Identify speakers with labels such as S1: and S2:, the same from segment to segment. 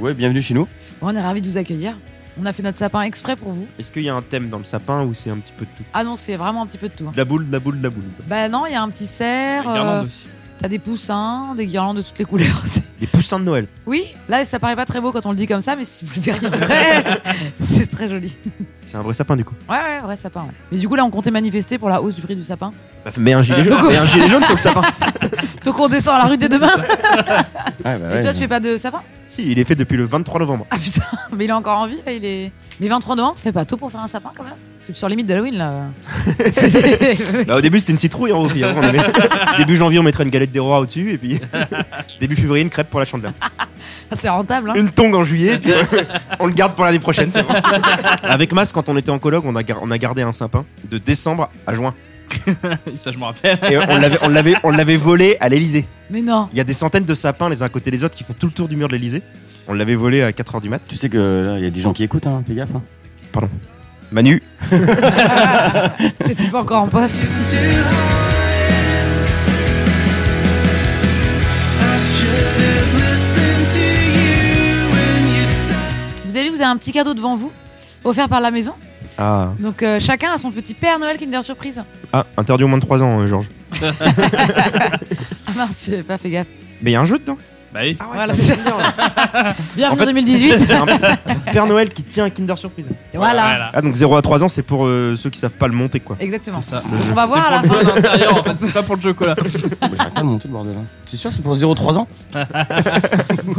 S1: Oui, bienvenue chez nous.
S2: On est ravis de vous accueillir. On a fait notre sapin exprès pour vous.
S3: Est-ce qu'il y a un thème dans le sapin ou c'est un petit peu de tout
S2: Ah non, c'est vraiment un petit peu de tout. hein.
S3: De la boule, de la boule, de la boule.
S2: Bah non, il y a un petit cerf.
S4: Guirlande
S2: euh,
S4: aussi.
S2: T'as des poussins, des guirlandes de toutes les couleurs. C'est-
S3: Des poussins de Noël.
S2: Oui, là, ça paraît pas très beau quand on le dit comme ça, mais si vous le verriez en vrai, c'est très joli.
S3: C'est un vrai sapin du coup.
S2: Ouais, ouais, vrai sapin. ouais. Mais du coup, là, on comptait manifester pour la hausse du prix du sapin.
S3: Bah, mais un gilet jaune,
S2: Coco.
S3: mais un gilet jaune sur le sapin.
S2: Donc, on descend à la rue dès demain.
S1: Ah, bah
S2: Et
S1: ouais.
S2: toi, tu fais pas de sapin
S3: si, il est fait depuis le 23 novembre.
S2: Ah putain, mais il est encore en vie, là, il est. Mais 23 novembre, ça fait pas tôt pour faire un sapin quand même Parce que sur limite d'Halloween, là. C'est-
S3: Bah, au début c'était une citrouille en haut, puis après, on avait- début janvier on mettrait une galette des rois au-dessus et puis début février une crêpe pour la chandeleur.
S2: C'est rentable, hein
S3: Une tongue en juillet, et puis on le garde pour l'année prochaine, c'est bon. Avec Mas, quand on était en colloque, on a, gar- on a gardé un sapin de décembre à juin.
S4: Ça, je me rappelle.
S3: Et on l'avait- on l'avait on l'avait volé à l'Elysée.
S2: Mais non
S3: Il y a des centaines de sapins les uns à côté des autres qui font tout le tour du mur de l'Elysée. On l'avait volé à 4h du mat.
S1: Tu sais que euh, là, il y a des gens qui écoutent, hein, fais gaffe. hein.
S3: Manu,
S2: T'étais pas encore en poste. Vous avez vu, vous avez un petit cadeau devant vous, offert par la maison.
S3: Ah,
S2: Donc euh, chacun a son petit Père Noël Kinder Surprise.
S3: ah, interdit au moins de 3 ans, euh, Georges.
S2: Ah mince, j'ai pas fait gaffe.
S3: Mais il y a un jeu dedans.
S4: Bah oui.
S3: Ah
S2: Voilà,
S3: ça-
S2: c'est- Bienvenue
S3: En fait,
S2: en 2018.
S3: C'est un Père Noël qui tient un Kinder Surprise.
S2: voilà,
S3: Ah, donc 0 à 3 ans, c'est pour euh, ceux qui savent pas le monter, quoi.
S2: exactement.
S4: C'est ça.
S2: On va voir à la
S4: C'est pour
S2: fin.
S4: le jeu d'intérieur, en fait. C'est pas pour le chocolat.
S1: Moi, Ah, bah, J'arrête pas de monter le bordel. hein. C'est sûr, c'est pour 0,3 ans
S2: Moi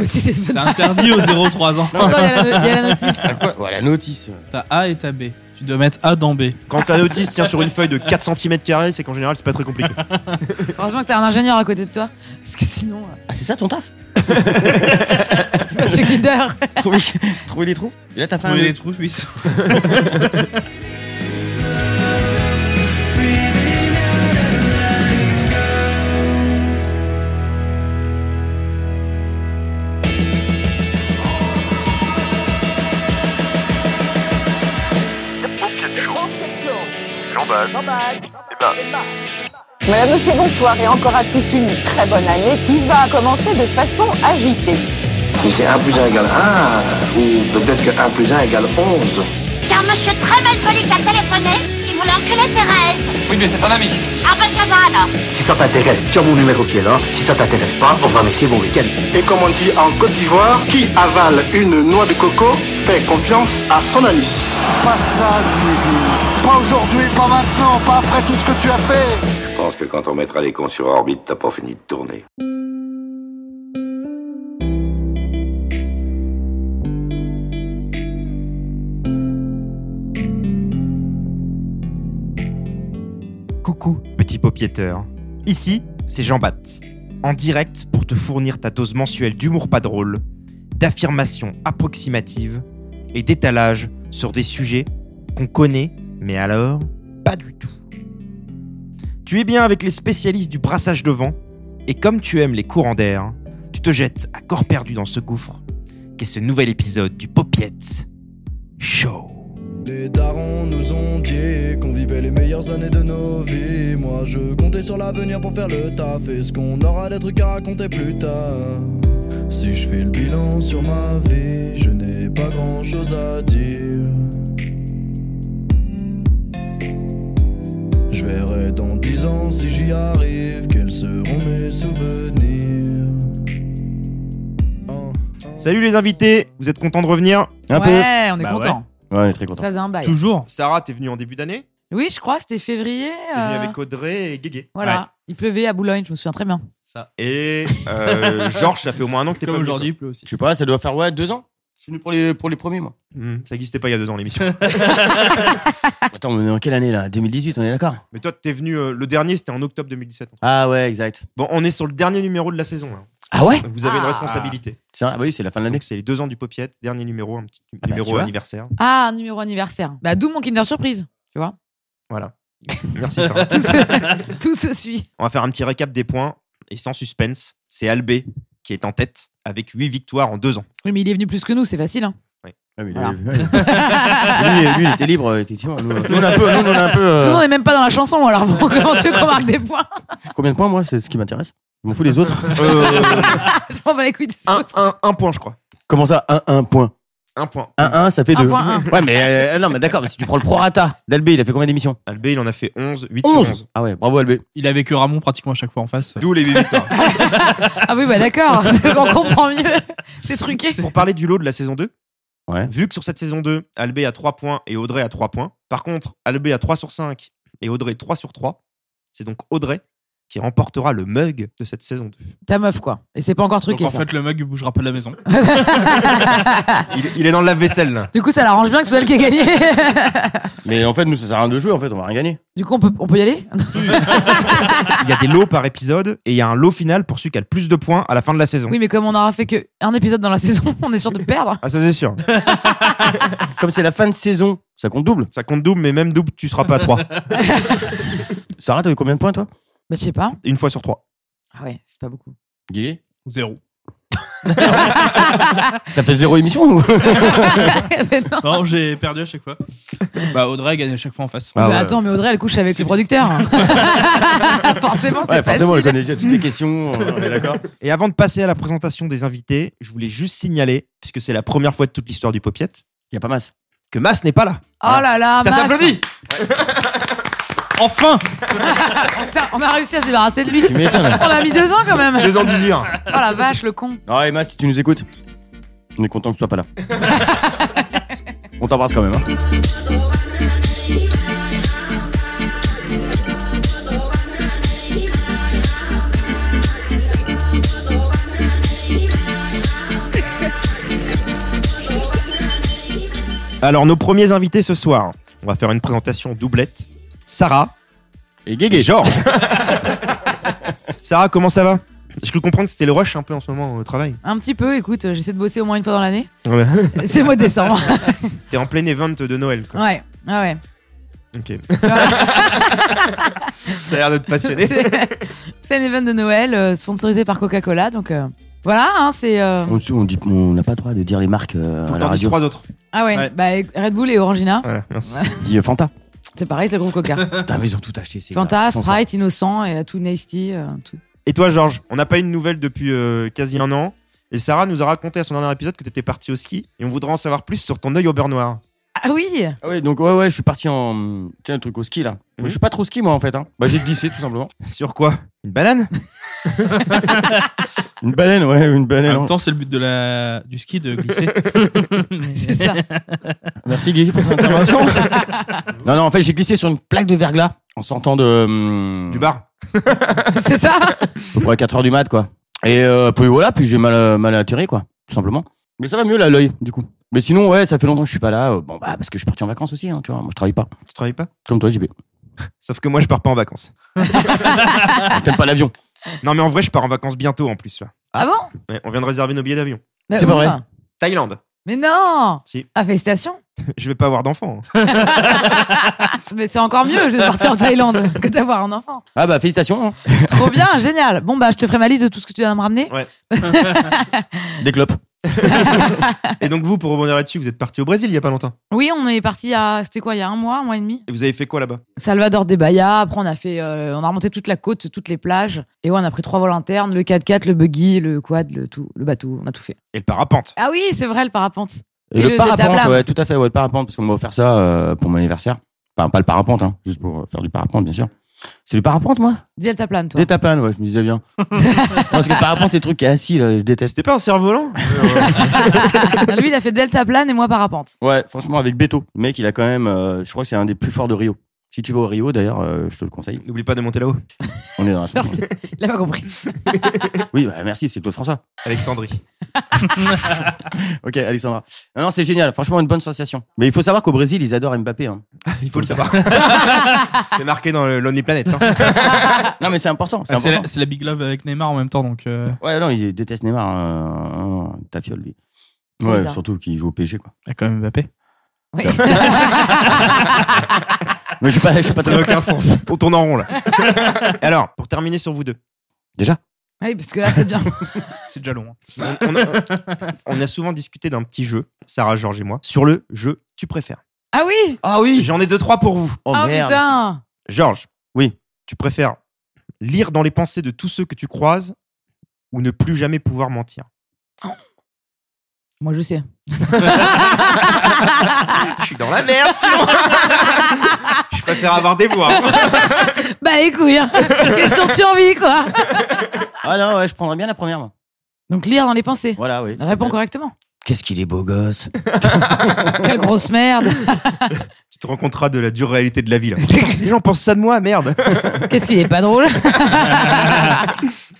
S2: aussi, j'ai fait
S4: C'est interdit aux 0-3 ans.
S2: Encore, il y a la- il y a la notice.
S1: À quoi Ouais, la notice. euh.
S4: T'as A et t'as B. Tu dois mettre A dans B.
S3: Quand un autiste tient sur une feuille de 4 cm, c'est qu'en général, c'est pas très compliqué.
S2: Heureusement que t'as un ingénieur à côté de toi. Parce que sinon,
S1: Ah, c'est ça ton taf
S2: euh, Monsieur Kinder.
S1: trouver, trouver les trous Et là, t'as fait
S2: Ah
S4: Trouver les
S1: un.
S4: trous, oui.
S5: Madame, monsieur, bonsoir et encore à tous une très bonne année qui va commencer de façon agitée.
S6: Si c'est 1 plus 1 égale 1, ou peut-être que 1 plus 1 égale 11.
S7: Car monsieur très malvolique a téléphoné, il voulait enculer Thérèse. Oui, mais c'est un ami. Ah ben ça va alors.
S6: Si ça t'intéresse, tu as mon numéro qui est là. Si ça t'intéresse pas, on va laisser mon week-end. Et comme on dit en Côte d'Ivoire, qui avale une noix de coco fait confiance à son ami. Pas ça, Zinedine. Pas aujourd'hui, pas maintenant, pas après tout ce que tu as fait.
S8: Je pense que quand on mettra les cons sur orbite, t'as pas fini de tourner.
S3: Coucou, petit paupiéteur. Ici, c'est Jean Bapt. En direct pour te fournir ta dose mensuelle d'humour pas drôle, d'affirmations approximatives et d'étalage sur des sujets qu'on connaît, mais alors pas du tout. Tu es bien avec les spécialistes du brassage de vent, et comme tu aimes les courants d'air, tu te jettes à corps perdu dans ce gouffre, qu'est ce nouvel épisode du Popiette Show.
S9: Les darons nous ont dit qu'on vivait les meilleures années de nos vies. Moi je comptais sur l'avenir pour faire le taf. Est-ce qu'on aura des trucs à raconter plus tard Si je fais le bilan sur ma vie, je n'ai pas grand chose à dire. Je verrai dans dix ans si j'y arrive, quels seront mes souvenirs. Oh, oh.
S3: Salut les invités, vous êtes contents de revenir
S1: Un
S2: ouais, on est
S4: Bah
S2: content.
S1: peu Ouais, on est très content.
S2: Ça faisait un bail.
S4: Toujours.
S3: Sarah, t'es venue en début d'année
S2: Oui, je crois, c'était février.
S3: T'es venu
S2: euh,
S3: avec Audrey et Guégué.
S2: Voilà,
S4: Ouais.
S2: il pleuvait à Boulogne, je me souviens très bien.
S4: Ça.
S3: Et euh, Georges, ça fait au moins un an que t'es pas
S4: Comme
S3: venu,
S4: aujourd'hui, il pleut aussi.
S1: Je sais pas, ça doit faire ouais, deux ans Je suis venu pour les, pour les premiers, moi.
S3: quoi. Hmm, Ça existait pas il y a deux ans l'émission.
S1: Ah. Attends, on est en quelle année là 2018, on est d'accord
S3: Mais toi, t'es venu euh, le dernier, c'était en octobre 2017.
S1: Ah ouais, exact.
S3: Bon, on est sur le dernier numéro de la saison. là.
S1: Ah ouais
S3: Donc, Vous avez une
S2: Ah.
S3: responsabilité.
S1: C'est vrai, ah bah oui, c'est la fin de l'année.
S3: Donc c'est les deux ans du Popiette, dernier numéro, un petit
S1: bah, tu
S3: numéro
S1: vois.
S3: anniversaire.
S2: Ah, un numéro anniversaire. Bah, d'où mon Kinder Surprise.
S3: Voilà. Merci Sarah.
S2: Tout se, tout se suit.
S3: On va faire un petit récap des points et sans suspense, c'est Albé qui est en tête avec 8 victoires en deux ans.
S2: Oui, mais il est venu plus que nous, c'est facile. hein.
S1: Ah, mais il
S2: Voilà.
S1: avait- ouais. lui, lui, il était libre, euh, effectivement. Nous, euh, nous, on a un peu. nous, on a un peu, euh,
S2: Parce que nous, on n'est même pas dans la chanson, alors bon, comment tu veux qu'on marque des points
S1: Combien de points, moi C'est ce qui m'intéresse. Je m'en fous les autres.
S3: Euh,
S2: Je m'en bats les couilles. des
S3: un,
S2: autres.
S3: un- un point, je crois.
S1: Comment ça 1-1 point
S3: Un point.
S1: 1-1, ça fait 2.
S2: 1.1.
S1: Ouais, mais euh, non, mais d'accord, mais si tu prends le prorata d'Albé, il a fait combien d'émissions
S3: Albé, il en a fait 11, 8 sur
S1: 11
S3: 11.
S1: Ah ouais, bravo Albé.
S4: Il avait que Ramon pratiquement à chaque fois en face.
S3: D'où les 8 victoires.
S2: Ah oui, bah d'accord, on comprend mieux. C'est truqué.
S3: Pour parler du lot de la saison 2,
S1: Ouais.
S3: vu que sur cette saison 2, Albé a 3 points et Audrey a 3 points, par contre, Albé a 3 sur 5 et Audrey 3 sur 3, c'est donc Audrey qui remportera le mug de cette saison 2.
S2: Ta meuf, quoi. Et c'est pas encore
S4: Donc
S2: truqué,
S4: en
S2: ça.
S4: fait, le mug il bougera pas de la maison.
S3: Il, il est dans le lave-vaisselle, là.
S2: Du coup, ça l'arrange bien que ce soit elle qui a gagné.
S1: Mais en fait, nous, ça sert à rien de jouer, en fait, on va rien gagner.
S2: du coup, on peut, on peut y aller
S3: Il y a des lots par épisode et il y a un lot final pour celui qui a le plus de points à la fin de la saison.
S2: Oui, mais comme on aura fait qu'un épisode dans la saison, on est sûr de perdre. Bah,
S3: Ah, ça c'est sûr.
S1: Comme c'est la fin de saison, ça compte double.
S3: Ça compte double, mais même double, tu seras pas à 3.
S1: Sarah, t'as eu combien de points, toi
S2: Bah, je sais pas.
S3: Une fois sur 3.
S2: Ah ouais, c'est pas beaucoup.
S1: Guy
S4: Zéro.
S1: T'as fait zéro émission ou
S2: Mais non.
S4: Non, j'ai perdu à chaque fois. Bah, Audrey gagne à chaque fois en face.
S1: Ah
S2: Mais
S1: ouais.
S2: Bah, Attends, mais Audrey, elle couche avec le producteur. forcément, c'est
S1: Ouais, forcément, elle
S2: facile.
S1: connaît déjà toutes les questions, on est d'accord
S3: Et avant de passer à la présentation des invités, je voulais juste signaler, puisque c'est la première fois de toute l'histoire du Popiette,
S1: Il y a pas masse.
S3: que Mas n'est pas là.
S2: Oh là là,
S3: ça
S2: mince.
S3: s'applaudit
S4: Enfin
S2: On s'est- On a réussi à se débarrasser de lui.
S1: Tu m'étonnes.
S2: On a mis deux ans quand même.
S3: Deux ans d'usure.
S2: Oh la vache, le con.
S1: Ah, Emma, si tu nous écoutes, on est content que tu sois pas là. on t'embrasse quand même. Hein.
S3: Alors, nos premiers invités ce soir, on va faire une présentation doublette. Sarah
S1: Et
S3: et
S1: Guégué, genre.
S3: Georges. Sarah, comment ça va Je peux comprendre que c'était le rush un peu en ce moment au travail.
S2: Un petit peu, écoute, euh, j'essaie de bosser au moins une fois dans l'année.
S3: Ouais.
S2: C'est le mois de décembre.
S3: T'es en plein event de Noël. Quoi.
S2: Ouais, ah ouais.
S3: Ok.
S2: Voilà.
S3: Ça a l'air de te passionner.
S2: C'est un event de Noël euh, sponsorisé par Coca-Cola. Donc euh, voilà, hein, c'est. euh,
S1: On on dit- on n'a pas le droit de dire les marques euh, à la
S3: T'en dis
S1: radio.
S3: trois autres.
S2: Ah ouais,
S4: Ouais.
S2: bah, Red Bull et Orangina.
S3: Voilà, merci.
S1: Dis euh, Fanta.
S2: C'est pareil, c'est le groupe Coca.
S1: Putain, mais ils ont tout acheté. c'est grave.
S2: Fanta,
S1: Ils sont
S2: Sprite, Innocent et tout Nasty. euh, tout.
S3: Et toi, Georges, on n'a pas eu de nouvelles depuis euh, quasi un an. Et Sarah nous a raconté à son dernier épisode que t'étais parti au ski. Et on voudrait en savoir plus sur ton œil au beurre noir.
S2: Ah oui
S1: Ah ouais, donc ouais, ouais, je suis parti en. Tiens, le truc au ski là.
S3: Mhm.
S1: Je suis pas trop au ski moi en fait. Hein. Bah, j'ai glissé tout simplement.
S3: Sur quoi Une banane
S1: Une baleine, ouais, une
S4: En
S1: baleine.
S4: même temps, c'est le but de la... du ski de glisser.
S2: C'est ça.
S1: Merci Guy pour ton intervention. non, non, en fait, j'ai glissé sur une plaque de verglas en sortant de. hum,
S3: Du bar
S2: C'est ça
S1: Ah. Pour 4 heures du mat, quoi. Et euh, puis voilà, puis j'ai mal, euh, mal atterri, quoi, tout simplement. Mais ça va mieux, là, l'œil, du coup. Mais sinon, ouais, ça fait longtemps que je suis pas là. euh, Bon, bah, parce que je suis parti en vacances aussi, hein, tu vois. Moi, je travaille pas.
S3: Tu travailles pas
S1: Comme toi, JB.
S3: Sauf que moi, je pars pas en vacances.
S1: T'aimes pas l'avion.
S3: Non, mais en vrai, je pars en vacances bientôt en plus. là.
S2: Ah bon
S3: Ouais, on vient de réserver nos billets d'avion.
S2: Bah,
S1: C'est pas vrai.
S2: oula.
S3: Thaïlande
S2: Mais non
S3: Si.
S2: Ah, félicitations
S3: Je vais pas avoir d'enfant. hein.
S2: Mais c'est encore mieux de partir en Thaïlande que d'avoir un enfant.
S1: Ah, bah, félicitations. hein.
S2: Trop bien, génial. Bon, bah, je te ferai ma liste de tout ce que tu viens de me ramener.
S1: Des clopes.
S3: Et donc, vous, pour rebondir là-dessus, vous êtes parti au Brésil il y a pas longtemps.
S2: Oui, on est parti à, c'était quoi, il y a un mois, un mois et demi
S3: Et vous avez fait quoi là-bas
S2: Salvador de Bahia. Après, on a fait, euh, on a remonté toute la côte, toutes les plages. Et ouais, on a pris trois vols internes, le 4x4, le buggy, le quad, le tout, le bateau. On a tout fait.
S3: Et le parapente.
S2: Ah oui, c'est vrai, le parapente.
S1: Et
S2: Et
S1: le,
S2: le
S1: parapente,
S2: détablable.
S1: ouais, tout à fait, ouais, le parapente, parce qu'on m'a offert ça euh, pour mon anniversaire. Enfin, pas le parapente, hein, juste pour euh, faire du parapente, bien sûr. C'est le parapente, moi
S2: Deltaplane, toi.
S1: Détaplane, ouais, je me disais bien. Non, parce que le parapente, c'est le truc qui est assis, là, je déteste.
S3: C'était pas un cerf-volant
S2: Lui, il a fait deltaplane et moi parapente.
S1: Ouais, franchement, avec Beto, le mec, il a quand même, euh, je crois que c'est un des plus forts de Rio. Si tu vas au Rio, d'ailleurs, euh, je te le conseille.
S3: N'oublie pas de monter là-haut.
S1: On est dans la chanson.
S2: Merci. Il a pas compris.
S1: Oui, bah, merci, c'est Claude François.
S3: Alexandrie.
S1: Ok, Alexandra. Non, non, c'est génial. Franchement, une bonne sensation. Mais il faut savoir qu'au Brésil, ils adorent Mbappé. hein.
S3: Il faut le savoir. C'est marqué dans le Lonely Planet. hein.
S1: Non, mais c'est important. C'est
S4: Ah, C'est la,
S1: important.
S4: c'est la Big Love avec Neymar en même temps, donc. euh,
S1: Ouais, non, il déteste Neymar. hein. Hein, ta fiole, lui.
S2: Trop
S1: Ouais,
S2: bizarre.
S1: surtout qu'il joue au PSG, quoi.
S4: ah, quand même Mbappé.
S2: Oui.
S1: Mais je suis pas, je suis pas
S3: Ça
S1: très.
S3: n'a aucun sens. On tourne en rond là. Alors, pour terminer sur vous deux,
S1: Déjà
S2: Ah oui, parce que là, ça devient.
S4: C'est déjà long. hein.
S3: on, on a, on a souvent discuté d'un petit jeu, Sarah, Georges et moi, sur le jeu tu préfères.
S2: Ah oui
S1: Ah oui
S3: J'en ai deux, trois pour vous.
S1: Oh
S2: Ah
S1: merde.
S2: putain
S3: Georges.
S1: Oui.
S3: Tu préfères lire dans les pensées de tous ceux que tu croises ou ne plus jamais pouvoir mentir
S2: Moi, je sais.
S3: Ah, Je suis dans la merde, sinon. Je préfère avoir des voix. hein.
S2: Bah, les couilles, hein. question de survie, quoi.
S1: Ah non, ouais, je prendrais bien la première. moi.
S2: Donc, lire dans les pensées.
S1: Voilà, oui.
S2: Réponds correctement.
S1: Qu'est-ce qu'il est beau gosse.
S2: Quelle grosse merde.
S3: Tu te rencontreras de la dure réalité de la vie, là.
S2: C'est clair.
S3: Les gens pensent ça de moi, merde.
S2: Qu'est-ce qu'il est pas drôle.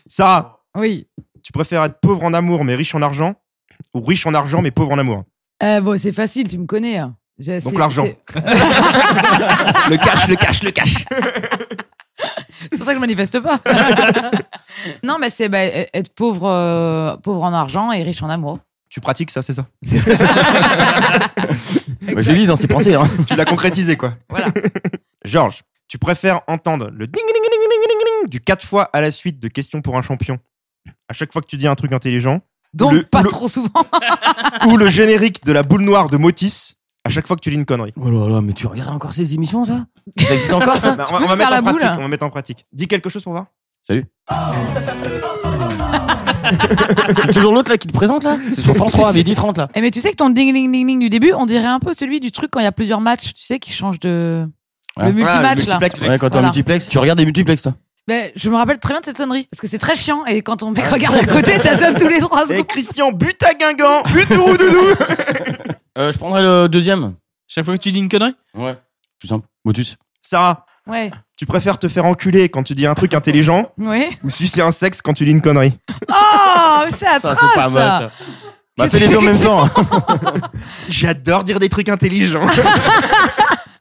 S3: Sarah,
S2: oui.
S3: tu préfères être pauvre en amour mais riche en argent ou riche en argent mais pauvre en amour
S2: Euh, bon, c'est facile, tu me connais. hein. J'ai-
S3: Donc
S2: c'est-
S3: l'argent.
S2: c'est-
S3: Le cash, le cash, le cash.
S2: C'est pour ça que je manifeste pas. non, mais c'est bah, être pauvre, euh, pauvre en argent et riche en amour.
S3: Tu pratiques ça, c'est ça
S1: Bah, je lis dans ses pensées. Hein.
S3: Tu l'as concrétisé, quoi.
S2: Voilà.
S3: Georges, tu préfères entendre le ding ding ding ding ding ding ding du 4 fois à la suite de questions pour un champion à chaque fois que tu dis un truc intelligent
S2: Donc
S3: Le-
S2: pas
S3: le-
S2: trop souvent. Ah.
S3: ou le générique de la boule noire de Motis à chaque fois que tu dis une connerie.
S1: Oh là là, mais tu regardes encore ces émissions, toi Ça existe encore, ça
S3: Bah, on, va-
S2: peux
S3: on va
S2: me faire
S3: mettre en
S2: la boule
S3: pratique, on va mettre en pratique. Dis quelque chose pour voir.
S1: C'est toujours l'autre là qui te présente, là C'est sur France 3, à midi 30, là.
S2: Eh, mais tu sais que ton ding ding ding ding du début, on dirait un peu celui du truc quand il y a plusieurs matchs, tu sais, qui change de.
S1: Ouais.
S2: Le multimatch
S3: Voilà,
S2: là.
S3: le multiplex.
S1: Ouais, quand t'es en
S2: Voilà.
S1: multiplex, tu regardes des multiplex, toi.
S2: Ben, je me rappelle très bien de cette sonnerie parce que c'est très chiant et quand ton mec regarde à côté, ça sonne tous les trois
S3: Et
S2: secondes.
S3: Eh, Christian, but à Guingamp, but au doudou.
S1: Euh, je prendrais le deuxième.
S4: Chaque fois que tu dis une connerie
S1: Ouais. Tout simple. Motus.
S3: Sarah,
S2: Ouais.
S3: tu préfères te faire enculer quand tu dis un truc intelligent
S2: Oui.
S3: ou sucer un sexe quand tu dis une connerie
S2: Oh, mais c'est atroce. ça.
S1: mal. Bah, fais les deux en même temps.
S3: J'adore dire des trucs intelligents.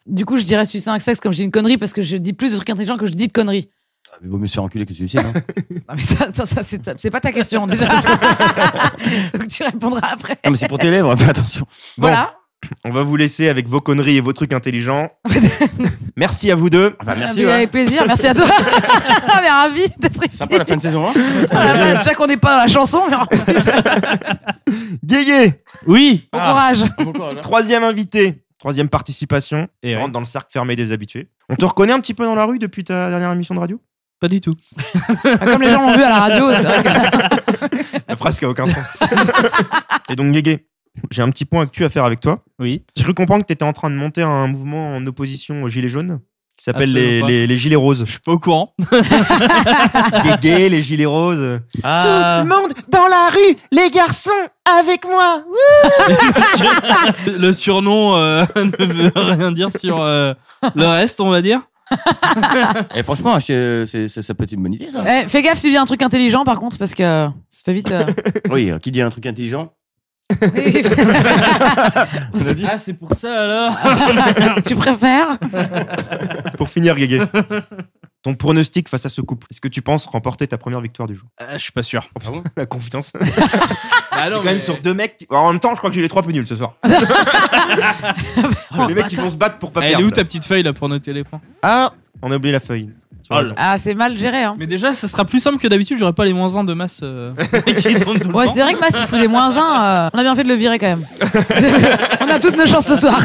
S2: Du coup, je dirais sucer un sexe comme j'ai une connerie parce que je dis plus de trucs intelligents que je dis de conneries.
S1: Il Ah, vaut mieux se hein. faire enculer que celui-ci, non
S2: Non, mais ça, ça, ça, c'est c'est pas ta question déjà. Donc tu répondras après.
S1: Ah, mais c'est pour tes lèvres, fais attention.
S2: Voilà.
S3: On va vous laisser avec vos conneries et vos trucs intelligents. Merci à vous deux.
S1: Bah, merci,
S2: Mais
S1: ouais.
S2: Avec plaisir. Merci à toi. on est ravis d'être ici.
S1: Sympa la fin de saison, hein
S2: Oh la vache, Déjà qu'on n'est pas dans la chanson, mais en plus, bon
S3: Guégué,
S4: Oui
S1: Ah.
S2: courage.
S1: hein.
S3: troisième invité, troisième participation.
S4: Et
S3: tu
S4: ouais.
S3: rentres dans le cercle fermé des habitués. On te reconnaît un petit peu dans la rue depuis ta dernière émission de radio
S4: Pas du tout.
S2: Enfin, Comme les gens l'ont vu à la radio, c'est vrai que.
S3: La phrase qui a aucun sens. et donc Guégué, j'ai un petit point actuel à faire avec toi.
S4: Oui.
S3: J'ai cru comprendre que tu étais en train de monter un mouvement en opposition aux Gilets jaunes qui s'appelle
S4: Absolument
S3: les,
S4: pas.
S3: les- les Gilets roses.
S4: Je suis pas au courant.
S3: Guégué, les Gilets
S4: Euh.
S3: roses.
S1: Ah,
S3: monde dans la rue, les garçons, avec moi.
S4: Le surnom euh, ne veut rien dire sur euh, le reste, on va dire.
S1: et Eh, franchement, hein, je- c'est- c'est- ça peut être une bonne idée, ça.
S2: Eh, fais gaffe si tu dis un truc intelligent par contre, parce que c'est pas vite. euh.
S1: Oui, euh, qui dit un truc intelligent
S2: Oui.
S4: Ah, c'est pour ça alors
S2: tu préfères
S3: Pour finir, Guégué. Ton pronostic face à ce couple, est-ce que tu penses remporter ta première victoire du jour
S4: Euh, Je suis pas sûr.
S3: La confiance.
S4: Ah non,
S3: quand même
S4: mais-
S3: sur deux mecs. qui- Alors, en même temps, je crois que j'ai les trois plus nuls ce soir. les mecs qui vont se battre pour pas
S4: Elle est
S3: perdre.
S4: où ta petite feuille là pour noter les points
S3: Ah, on a oublié la feuille. Tu as
S4: Oh
S3: raison.
S2: Ah, c'est mal géré. Hein.
S4: Mais déjà, ça sera plus simple que d'habitude, j'aurai pas les moins 1 de masse euh, qui tombent tout le
S2: Ouais,
S4: temps.
S2: c'est vrai que Mass, il fout des moins un. euh, on a bien fait de le virer quand même. on a toutes nos chances ce soir.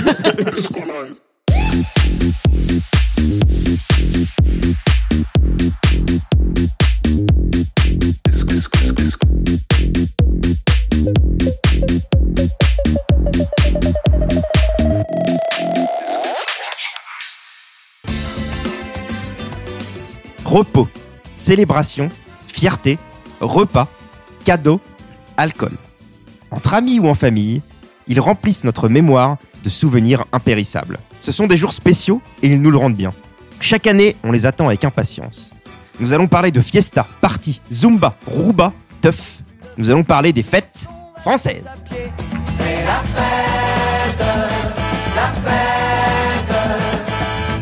S3: Repos, célébration, fierté, repas, cadeau, alcool. Entre amis ou en famille, ils remplissent notre mémoire de souvenirs impérissables. Ce sont des jours spéciaux et ils nous le rendent bien. Chaque année, on les attend avec impatience. Nous allons parler de fiesta, party, zumba, rumba, teuf. Nous allons parler des fêtes françaises.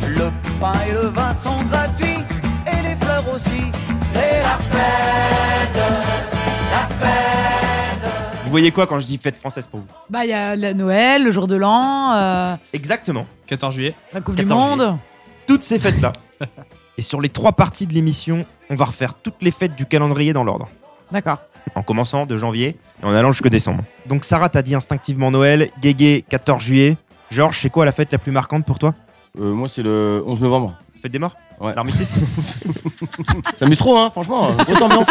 S9: Le pain et le vin sont gratuits et les fleurs aussi. C'est la
S3: Vous voyez quoi quand je dis fête française pour vous
S2: Bah, il y a la Noël, le jour de l'an, euh,
S3: Exactement.
S4: 14 juillet.
S2: la Coupe du
S3: 14 juillet.
S2: Monde.
S3: toutes ces fêtes-là. Et sur les trois parties de l'émission, on va refaire toutes les fêtes du calendrier dans l'ordre.
S2: D'accord.
S3: En commençant de janvier et en allant jusqu'au décembre. Donc Sarah t'a dit instinctivement Noël, Guégué 14 juillet. Georges, c'est quoi la fête la plus marquante pour toi
S1: Euh, Moi, c'est le 11 novembre.
S3: Faites des morts
S1: Ouais.
S3: L'armistice
S1: Ça amuse trop, hein, franchement. Grosse ambiance.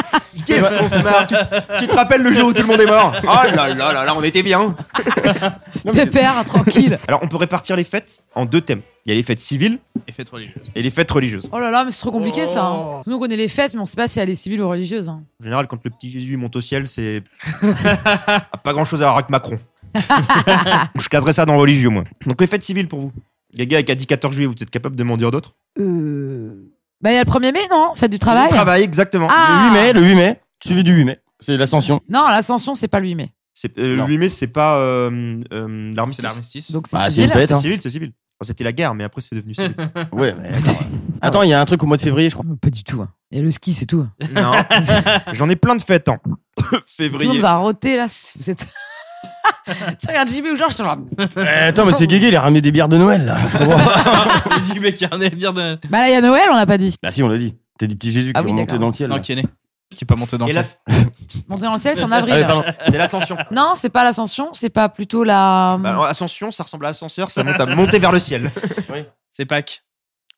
S3: Qu'est-ce qu'on se marre tu, tu te rappelles le jour où tout le monde est mort Ah là là là là, on était bien
S2: Pépère, hein, tranquille.
S3: Alors on peut répartir les fêtes en deux thèmes. Il y a les fêtes civiles
S4: Et fête religieuse.
S3: et les fêtes religieuses.
S2: Oh là là, mais c'est trop compliqué ça. hein.
S4: Oh.
S2: Nous on connaît les fêtes, mais on sait pas si elle est civile ou religieuse. hein.
S3: En général, quand le petit Jésus monte au ciel, c'est pas grand-chose à voir avec Macron. Je cadrerai ça dans religieux, moi. Donc les fêtes civiles pour vous. Gaga avec a dit 14 juillet, vous êtes capable de m'en dire d'autres
S2: Bah il y a le 1er mai, non Fête du travail.
S3: Le Travail, exactement.
S2: Ah
S1: Le 8 mai, le 8 mai, suivi du 8 mai. C'est l'ascension.
S2: Non, l'ascension c'est pas le 8 mai.
S3: C'est- euh, le
S1: Non.
S3: 8 mai, c'est pas euh, euh,
S4: C'est
S3: l'armistice.
S4: l'armistice.
S2: Donc c'est
S1: Bah, c'est
S2: civil.
S1: une fête,
S3: C'est
S1: hein.
S3: civil, c'est civil. Enfin, C'était la guerre, mais après c'est devenu civil.
S1: Ouais, mais attends, ouais. Attends, il y a un truc au mois de février, je crois.
S2: Pas du tout. hein. Il y a le ski, c'est tout.
S3: non, j'en ai plein de fêtes hein. en
S2: Tout le monde
S3: février.
S2: va roter là. c'est- Vous êtes. tu regardes JB ou Georges, ils sont là.
S1: Euh, attends, mais c'est Guégué, il a ramené des bières de Noël, là. Je comprends pas.
S4: c'est du mec qui est bien euh, de.
S2: Bah là, il y a Noël, on l'a pas dit.
S1: bah si, on l'a dit. T'es des petits Jésus
S2: Ah
S1: qui
S2: oui,
S1: ont monté
S2: d'accord.
S1: dans le ciel.
S4: Non,
S1: là.
S4: qui est né. Qui est pas monté dans
S3: Et
S4: le
S3: la-
S4: ciel.
S2: Monter dans le ciel, c'est en
S1: Ah oui,
S2: avril.
S1: pardon.
S3: C'est l'ascension.
S2: non, c'est pas l'ascension, c'est pas plutôt la.
S3: Bah, alors, ascension, ça ressemble à ascenseur, ça monte à monter vers le ciel.
S4: C'est Pâques.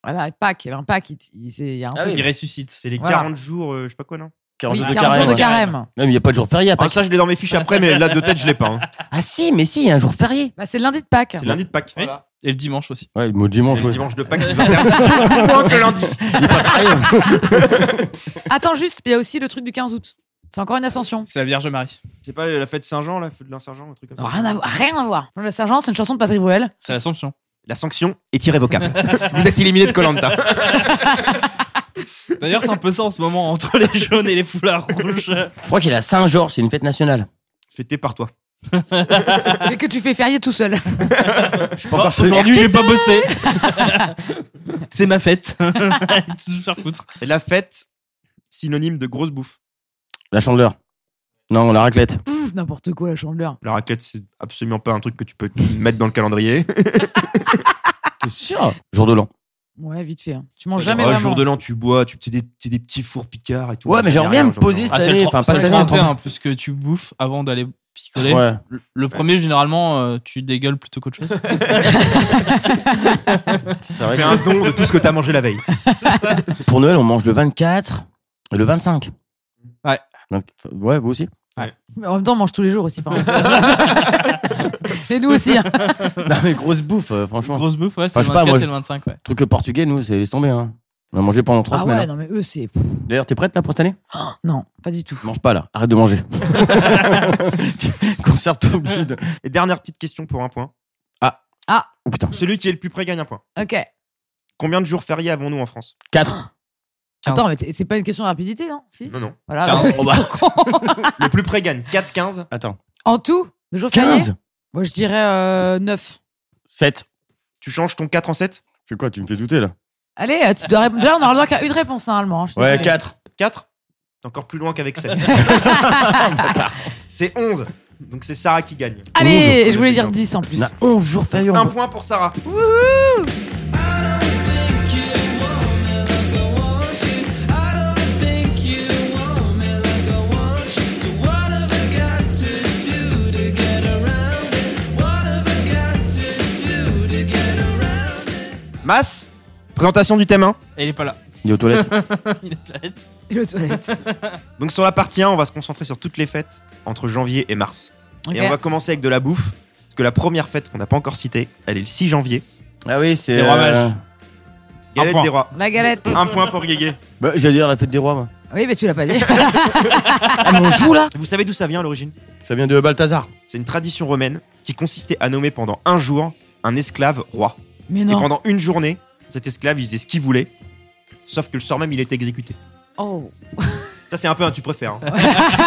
S2: Voilà, Pâques. Il y a un Pâques, il, il- c'est- il y a un.
S1: Ah oui,
S4: Il ressuscite.
S3: C'est les
S2: Voilà.
S3: 40 jours, euh, je sais pas quoi, non
S1: 42
S2: oui, 40
S1: carême.
S2: jours de
S1: ouais.
S2: carême.
S1: Non, mais il n'y a pas de jour férié à
S3: Ah,
S1: Pâques.
S3: ça, je l'ai dans mes fiches après, mais là, de tête, je l'ai pas. hein.
S1: Ah si, mais si, il y a un jour férié.
S2: Bah, c'est le lundi de Pâques.
S3: C'est lundi de Pâques.
S4: Oui. Et le dimanche aussi.
S1: Ouais, le mot dimanche,
S3: Le
S1: ouais.
S3: dimanche de Pâques, il m'intéresse beaucoup moins que lundi.
S1: Il est pas férié.
S2: Attends juste, il y a aussi le truc du 15 août. C'est encore une ascension.
S4: C'est la Vierge Marie.
S3: C'est pas la fête Saint-Jean, la fête de Saint-Jean, un truc comme
S2: Non,
S3: ça
S2: rien à voir. Rien à voir. Le sergent, c'est une chanson de Patrick Bruel.
S4: C'est l'Assomption.
S3: La sanction est irrévocable. Vous êtes éliminé de Colanta.
S4: D'ailleurs, c'est un peu ça en ce moment entre les jaunes et les foulards rouges.
S1: Je crois qu'il est à Saint-Georges, c'est une fête nationale.
S3: Fêté par toi.
S2: Et que tu fais férié tout seul.
S1: Je suis pas encore chaud.
S4: Aujourd'hui, j'ai pas bossé. c'est ma fête. Tout se faire foutre.
S3: Et la fête, synonyme de grosse bouffe.
S1: La chandeleur. Non, la raclette.
S2: Pff, N'importe quoi, la chandeleur.
S3: La raclette, c'est absolument pas un truc que tu peux mettre dans le calendrier.
S1: T'es sûr Jour de l'an.
S2: Ouais, vite fait. hein. Tu manges jamais
S3: Oh,
S2: vraiment.
S3: jour de l'an, tu bois, tu c'est des, c'est des petits fours picards et tout.
S1: Ouais, mais j'aimerais bien
S3: Rien,
S1: me
S3: j'en ai
S1: poser
S3: marre.
S1: cette année. Enfin, pas
S4: Ah, le
S1: cette année.
S4: 31, plus que tu bouffes avant d'aller picoler.
S1: Ouais.
S4: Le- Le premier, généralement, euh, tu dégueules plutôt qu'autre chose.
S1: C'est vrai
S3: Fais
S1: que
S3: un don de tout ce que t'as mangé la veille.
S1: pour Noël, on mange le 24 et le 25.
S4: Ouais.
S1: Donc, ouais, vous aussi
S2: Mais en même temps, on mange tous les jours aussi. par contre. Et nous aussi. hein.
S1: Non, mais grosse bouffe, euh, franchement.
S4: Grosse bouffe, ouais, c'est
S1: Enfin, je
S4: le
S1: sais pas,
S4: 24
S1: moi,
S4: et le 25, ouais.
S1: Truc portugais, nous, c'est laisse tomber. Hein. On a mangé pendant trois
S2: Ah
S1: semaines.
S2: ouais, non, mais eux, c'est.
S1: hein. D'ailleurs, t'es prête là pour cette année
S2: Non, pas du tout.
S1: Mange pas là, arrête de manger. Conserve tout vide.
S3: Et dernière petite question pour un point.
S1: Oh putain,
S3: Celui qui est le plus près gagne un point.
S2: Ok.
S3: Combien de jours fériés avons-nous en France
S1: 4.
S2: Attends, mais t'es- c'est pas une question de rapidité, non Si
S3: Non, non.
S2: Voilà.
S4: Quinze.
S2: bah, ils sont cons.
S3: Le plus près gagne 4, 15.
S1: Attends.
S2: en tout, le jour férié
S1: 15
S2: Moi, je dirais euh, 9.
S1: 7.
S3: Tu changes ton 4 en 7
S1: Fais quoi, tu me fais douter là
S2: Allez, euh, tu dois répondre. Déjà, on aura le droit qu'à une réponse, normalement. hein,
S1: Ouais, 4.
S3: 4 T'es encore plus loin qu'avec 7. c'est 11. Donc c'est Sarah qui gagne.
S1: Onze.
S2: Allez, je voulais
S3: Onze.
S2: dire 10 en plus.
S1: On a 11 jours fériés.
S3: Un point pour Sarah. Mass, présentation du thème 1.
S4: Et il est pas là.
S1: Il est aux toilettes.
S4: Il est tête.
S2: Et le toilette.
S3: Donc sur la partie 1, on va se concentrer sur toutes les fêtes entre janvier et mars.
S2: Ok.
S3: Et on va commencer avec de la bouffe. Parce que la première fête qu'on n'a pas encore citée, elle est le 6 janvier.
S1: ah oui, c'est.
S4: Les rois mages.
S3: Galette
S4: point.
S3: des rois.
S2: La galette.
S3: Un point pour Guégué.
S1: Bah, j'allais dire la fête des rois, moi.
S2: Oui, mais tu l'as pas dit.
S1: Ah, mais on joue là
S3: Vous savez d'où ça vient à l'origine
S1: Ça vient de Balthazar.
S3: C'est une tradition romaine qui consistait à nommer pendant un jour un esclave roi.
S2: Mais
S3: Et
S2: non.
S3: pendant une journée, cet esclave, il faisait ce qu'il voulait. Sauf que le soir même, il était exécuté.
S2: Oh.
S3: Ça, c'est un peu un tu préfères. hein. tu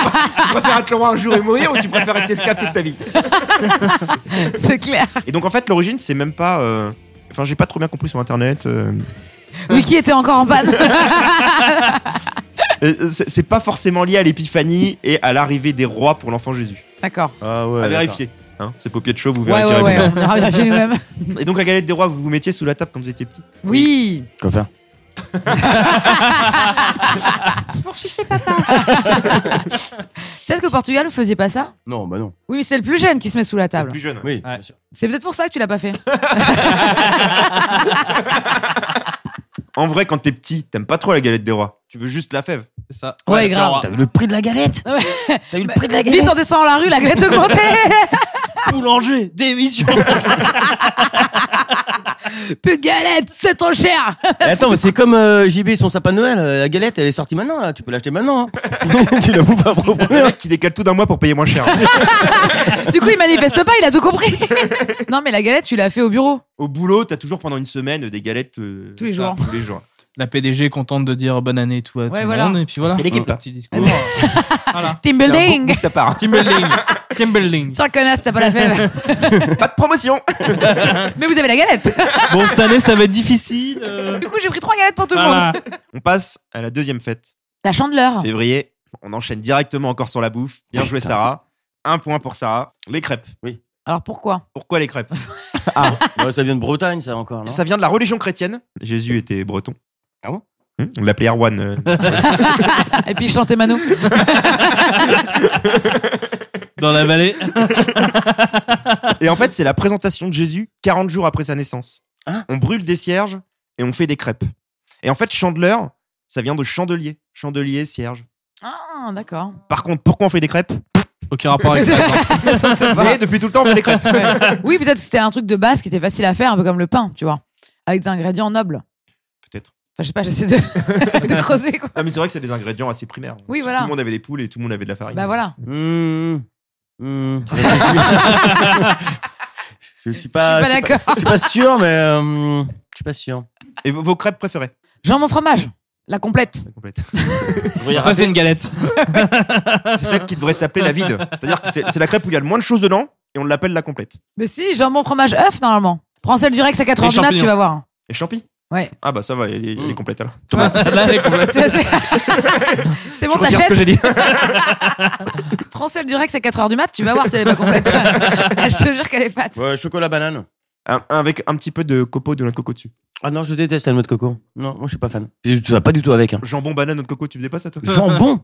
S3: préfères être le roi un jour et mourir ou tu préfères rester esclave toute ta vie
S2: C'est clair.
S3: Et donc, en fait, l'origine, c'est même pas. euh, Enfin, j'ai pas trop bien compris sur internet. euh,
S2: Wiki était encore en panne.
S3: euh, C'est c'est pas forcément lié à l'épiphanie et à l'arrivée des rois pour l'enfant Jésus.
S2: D'accord.
S1: Ah ouais.
S3: à vérifier. Hein, c'est paupier de chaud, vous
S2: Ouais,
S3: verrez.
S2: ouais, ouais. On ira vérifier nous-mêmes.
S3: Et donc la galette des rois, vous vous mettiez sous la table quand vous étiez petit.
S2: Oui.
S1: Quoi faire
S2: Peut-être qu'au Portugal, vous faisiez pas ça.
S1: Non, bah non.
S2: Oui, mais c'est le plus jeune qui se met sous la table.
S3: Plus jeune.
S1: Oui.
S4: Ouais.
S2: C'est peut-être pour ça que tu l'as pas fait.
S3: En vrai, quand t'es petit, t'aimes pas trop la galette des rois. Tu veux juste la fève.
S4: C'est ça.
S2: Ouais, grave.
S1: T'as vu le prix de la galette
S2: Ouais.
S1: T'as vu le
S2: Bah,
S1: prix de la
S2: Vite,
S1: galette
S2: on descend dans la rue, la galette augmentée
S4: Boulanger, démission.
S2: Plus de galette, c'est trop cher
S1: Eh, Attends, mais c'est comme euh, JB son sapin de Noël. euh, La galette, elle est sortie maintenant, là. Tu peux l'acheter maintenant. hein. tu la bouffes à propos.
S3: Le mec qui décale tout d'un mois pour payer moins cher.
S2: Du coup, il manifeste pas, il a tout compris Non, mais la galette, tu l'as fait au bureau.
S3: Au boulot, t'as toujours pendant une semaine des galettes. euh,
S2: Tous les
S3: ça,
S2: jours.
S3: Tous les jours.
S4: La PDG est contente de dire bonne année et tout à tout le
S2: voilà.
S4: monde. Et puis voilà.
S3: fait l'équipe, là.
S4: Un petit discours. voilà.
S2: Team
S3: T'as un beau
S2: building
S3: bouffe ta part.
S4: Team building. Team building.
S2: Tiens, connasse, t'as pas la fève.
S3: Pas de promotion.
S2: Mais vous avez la galette
S4: Bon, cette année, ça va être difficile. euh,
S2: Du coup, j'ai pris trois galettes pour tout le
S4: voilà.
S2: monde.
S3: On passe à la deuxième fête.
S2: La chandeleur.
S3: Février. On enchaîne directement encore sur la bouffe. Bien joué, Sarah. Un point pour Sarah. Les crêpes.
S2: Alors pourquoi
S3: Pourquoi les crêpes
S1: Ouais, ça vient de Bretagne, ça encore. non
S3: Ça vient de la religion chrétienne. Jésus était breton.
S1: Ah bon
S3: Hum, On l'appelait Erwan. euh,
S2: Ah, Et puis chanter Mano.
S4: Dans la vallée.
S3: Et en fait, c'est la présentation de Jésus 40 jours après sa naissance.
S1: Hein
S3: on brûle des cierges et on fait des crêpes. Et en fait, chandeleur, ça vient de chandelier. Chandelier, cierge.
S2: Ah, d'accord.
S3: Par contre, pourquoi on fait des crêpes
S4: Aucun rapport avec ça. quoi.
S2: Ça se voit.
S3: Mais depuis tout le temps, on fait des crêpes.
S2: Ouais. Oui, peut-être que c'était un truc de base qui était facile à faire, un peu comme le pain, tu vois. Avec des ingrédients nobles.
S3: Peut-être.
S2: Enfin, je sais pas, j'essaie de, de creuser, quoi.
S3: Ah, mais c'est vrai que c'est des ingrédients assez primaires.
S2: Oui,
S3: Tout-
S2: voilà.
S3: Tout le monde avait des poules et tout le monde avait de la farine.
S2: Bah voilà.
S1: Mmh, mmh. Je suis Ah, pas. Je
S2: Je suis
S1: suis
S2: pas d'accord.
S1: je suis pas sûr, mais. euh, je suis pas sûr.
S3: Et vos, vos crêpes préférées
S2: Jean mon fromage. La complète.
S3: la complète.
S4: Ça, c'est une galette.
S3: C'est celle qui devrait s'appeler la vide. C'est-à-dire que c'est c'est la crêpe où il y a le moins de choses dedans et on l'appelle la complète.
S2: Mais si, Jean mon fromage œuf, normalement. Prends celle du Rex à 4h
S4: Les
S2: du mat,
S4: champignons.
S2: tu vas voir.
S3: Et champi
S2: Ouais.
S3: Ah bah ça va, elle est, elle est complète alors.
S4: Celle-là, elle est complète.
S2: C'est c'est- c'est bon,
S3: Je retire ce que
S2: t'achètes.
S3: j'ai dit.
S2: Prends celle du Rex à 4h du mat, tu vas voir si elle est pas complète. Ah, je te jure qu'elle est fat.
S1: Ouais, chocolat banane.
S3: Un- un- avec un petit peu de copeaux de noix de coco dessus.
S1: Ah non, je déteste la noix de coco. Non, moi je suis pas fan. Tu vas pas du tout avec. Hein.
S3: Jambon, banane, noix de coco, tu faisais pas ça toi
S1: Jambon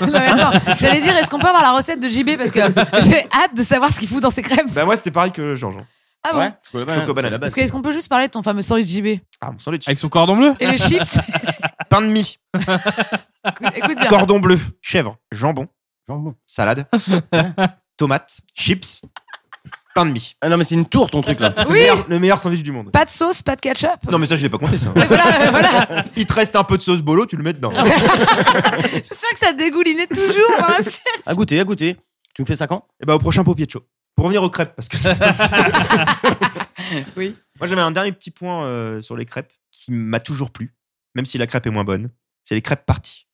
S2: Non, mais attends, j'allais dire, est-ce qu'on peut avoir la recette de JB Parce que j'ai hâte de savoir ce qu'il fout dans ses crêpes.
S3: Bah moi c'était pareil que Jean-Jean.
S2: Ah bon
S1: chocolat
S3: Choco banane.
S1: c'est la base.
S2: Parce que est-ce qu'on peut juste parler de ton fameux sandwich JB
S3: Ah mon sandwich.
S4: Avec son cordon bleu.
S2: Et les chips
S3: Pain de mie,
S2: Écoute- Écoute bien.
S3: cordon bleu, chèvre, jambon,
S1: Jambon.
S3: salade, tomate, chips, pain de mie.
S1: Ah non, mais c'est une tour ton truc là.
S3: Le,
S2: Oui
S3: meilleur, le meilleur sandwich du monde.
S2: Pas de sauce, pas de ketchup
S3: Non mais ça je l'ai pas compté ça. Ah.
S2: Mais voilà, voilà.
S3: Il te reste un peu de sauce bolo, tu le mets dedans.
S2: Je sens que ça dégoulinait toujours hein, dans l'assiette.
S1: À goûter, à goûter. Tu me fais ça quand
S3: Et bah au prochain pot de chaud. Pour revenir aux crêpes parce que c'est un petit-
S2: Oui.
S3: Moi j'avais un dernier petit point euh, sur les crêpes qui m'a toujours plu, même si la crêpe est moins bonne. C'est les crêpes parties.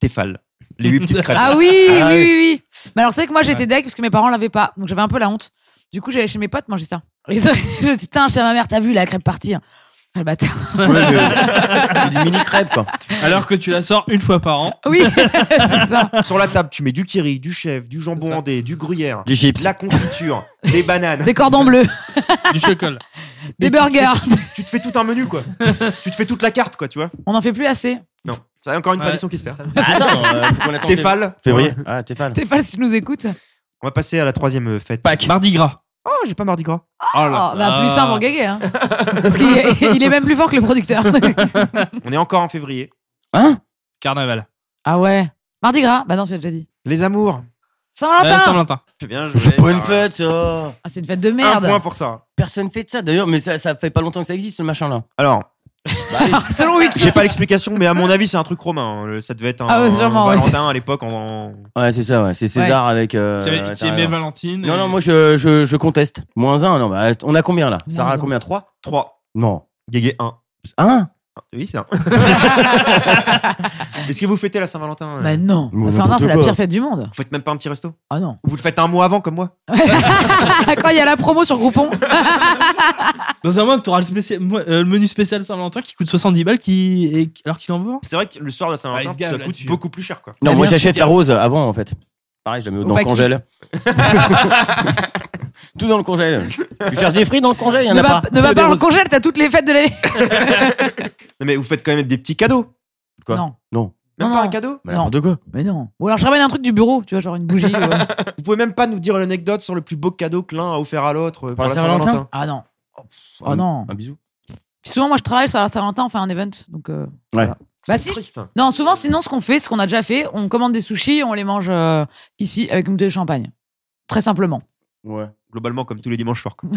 S3: Tefal. Les huit petites crêpes.
S2: Ah oui,
S1: Ah oui.
S2: oui, oui, oui. Mais alors, c'est vrai que moi, j'étais deg parce que mes parents l'avaient pas. Donc, j'avais un peu la honte. Du coup, j'allais chez mes potes manger ça. Et ça, je dis, putain, chez ma mère, t'as vu la crêpe partie hein. Ah, le bâtard.
S1: euh, C'est des mini crêpes quoi.
S4: Alors que tu la sors une fois par an.
S2: Oui, c'est ça.
S3: Sur la table, tu mets du kiri, du chèvre, du jambon
S4: C'est ça.
S3: andé, du gruyère,
S1: Des chips.
S3: de la confiture, des bananes.
S2: Des cordons bleus,
S4: Du chocolat.
S2: des
S3: Mais tu te fais-
S2: burgers.
S3: Tu te fais tout un menu, quoi. tu te fais toute la carte, quoi, tu vois.
S2: On n'en fait plus assez.
S3: Non, c'est encore une
S4: Ouais.
S3: tradition qui se perd.
S2: Bah,
S1: Attends, euh, faut qu'on attende.
S3: Tefal.
S1: Février. Ah, t'es fan.
S2: T'es pas si tu nous écoutes.
S3: On va passer à la troisième euh, fête.
S4: Pâques. Mardi gras.
S3: Oh, j'ai pas mardi gras.
S4: Oh
S1: Ah
S2: Oh,
S4: là
S2: bah,
S4: là.
S2: plus un pour Guégué. Hein. Parce qu'il est, il est même plus fort que le producteur.
S3: On est encore en février.
S1: Hein
S4: Carnaval.
S2: ah ouais. Mardi gras Bah non, tu l'as déjà dit.
S3: Les amours.
S2: Saint-Valentin
S4: Euh, Saint-Valentin.
S3: C'est bien joué,
S1: C'est pas une
S3: Sarah.
S1: fête ça.
S2: Ah, C'est une fête de
S3: Un
S2: merde.
S3: point pour ça.
S1: Personne fait de ça d'ailleurs, mais ça, ça fait pas longtemps que ça existe le machin là.
S3: Alors,
S1: Bah,
S2: Selon Wiki.
S3: j'ai pas l'explication, mais à mon avis, c'est un truc romain. hein. Le- Ça devait être un,
S2: Ah ouais, sûrement, ouais.
S3: Valentin à l'époque. En...
S1: Ouais, c'est ça, ouais. C'est César avec. euh,
S4: Qui avait-
S1: ouais,
S4: qui
S1: t'as
S4: aimait
S1: raison.
S4: Valentine.
S1: Non,
S4: et-
S1: non, moi je, je, je conteste. Moins un, non, bah, on a combien là
S2: Moins
S1: Sarah,
S2: un.
S1: combien 3
S3: 3.
S1: Non.
S3: Guégué 1.
S4: Bah,
S1: Hein
S3: Oui, c'est un. Est-ce que vous fêtez la Saint-Valentin euh
S2: Bah non.
S1: Mais
S2: Saint-Valentin,
S1: n'importe
S2: c'est la
S1: quoi.
S2: pire fête du monde.
S3: Vous faites même pas un petit resto
S2: Ah non.
S3: Vous le faites un mois avant, comme moi
S2: Quand il y a la promo sur Groupon.
S4: Ah, Dans un mois, tu auras le, spécial- moi, euh, le menu spécial Saint-Valentin qui coûte 70 balles qui... et- alors qu'il en veut.
S3: C'est vrai que le soir de la
S4: Ah,
S3: Saint-Valentin,
S4: il se gave
S3: ça coûte
S4: là-dessus.
S3: beaucoup plus cher, quoi.
S1: Non,
S2: Ah,
S1: moi
S2: merci,
S1: j'achète la
S2: Pierre.
S1: rose avant en fait. Pareil, je la mets dans le
S2: paquet.
S1: congèle. Tout dans le congèle. Tu cherches des frites dans le congèle, il y en
S2: ne
S1: a
S2: va,
S1: pas.
S2: ne va
S3: Que des
S2: pas en
S3: roses.
S2: congèle, t'as toutes les fêtes de l'année.
S3: Non, mais vous faites quand même des petits cadeaux.
S1: Quoi
S2: non,
S1: Non.
S3: Même
S2: Non,
S3: pas
S2: non.
S3: un cadeau
S1: Mais n'importe quoi.
S2: mais non. Ou alors je ramène un truc du bureau, tu vois, genre une bougie. ou, euh,
S3: Vous pouvez même pas nous dire l'anecdote sur le plus beau cadeau que l'un a offert à l'autre euh, pour,
S1: la
S3: la
S1: Saint-Valentin
S3: Saint-Valentin.
S2: Ah non. Oh non.
S1: Un bisou.
S2: Puis souvent, moi, je travaille sur la Saint-Valentin, on fait un event. Donc, euh, voilà. Bah, si.
S3: triste. hein.
S2: Non, souvent, sinon, ce qu'on fait, ce qu'on a déjà fait, on commande des sushis, on les mange euh, ici avec une bouteille de champagne. Très simplement.
S1: Ouais.
S3: Globalement, comme tous les dimanches soirs. quoi.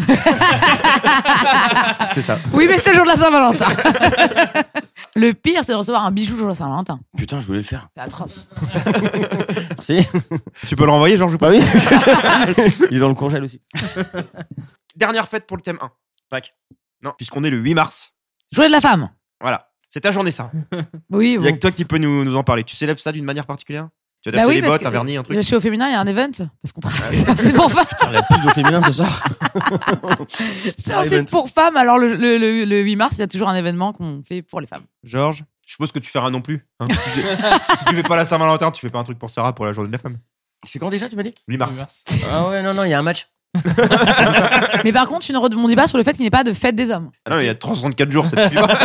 S3: c'est ça.
S2: Oui, mais c'est le jour de la Saint-Valentin. le pire, c'est de recevoir un bijou le jour de la Saint-Valentin.
S1: Putain, je voulais le faire.
S2: C'est atroce.
S1: Merci.
S3: Tu peux le renvoyer, Georges, ou pas
S1: Bah oui. Il est dans le congèle aussi.
S3: Dernière fête pour le thème 1. Pâques. Non, puisqu'on est le 8 mars.
S2: Journée de la femme.
S3: Voilà. C'est ta journée, ça.
S2: Oui,
S3: Il
S2: bon.
S3: y a que toi qui peux nous, nous en parler. Tu célèbres ça d'une manière particulière Tu as
S2: Bah
S3: acheté
S2: oui,
S3: des
S2: parce
S3: bottes,
S2: que-
S3: un vernis, un truc
S2: Là, chez Au Féminin, il y a un event. Parce qu'on travaille.
S3: Ah,
S2: c'est pour femmes.
S1: Putain, la pub au féminin ce soir.
S2: C'est
S1: Un
S2: un
S1: event.
S2: site pour femmes. Alors, le, le- le- le 8 mars, il y a toujours un événement qu'on fait pour les femmes.
S3: Georges Je suppose que tu feras non plus. hein. si, tu, si tu fais pas la Saint-Valentin, tu fais pas un truc pour Sarah pour la journée de la femme.
S1: C'est quand déjà, tu m'as dit
S3: 8 mars.
S1: Ah ouais, non, non, il y a un match.
S2: Mais par contre, tu ne redemandais pas sur le fait qu'il n'y ait pas de fête des hommes.
S3: Ah non, il y a 364 jours, ça te suffit pas.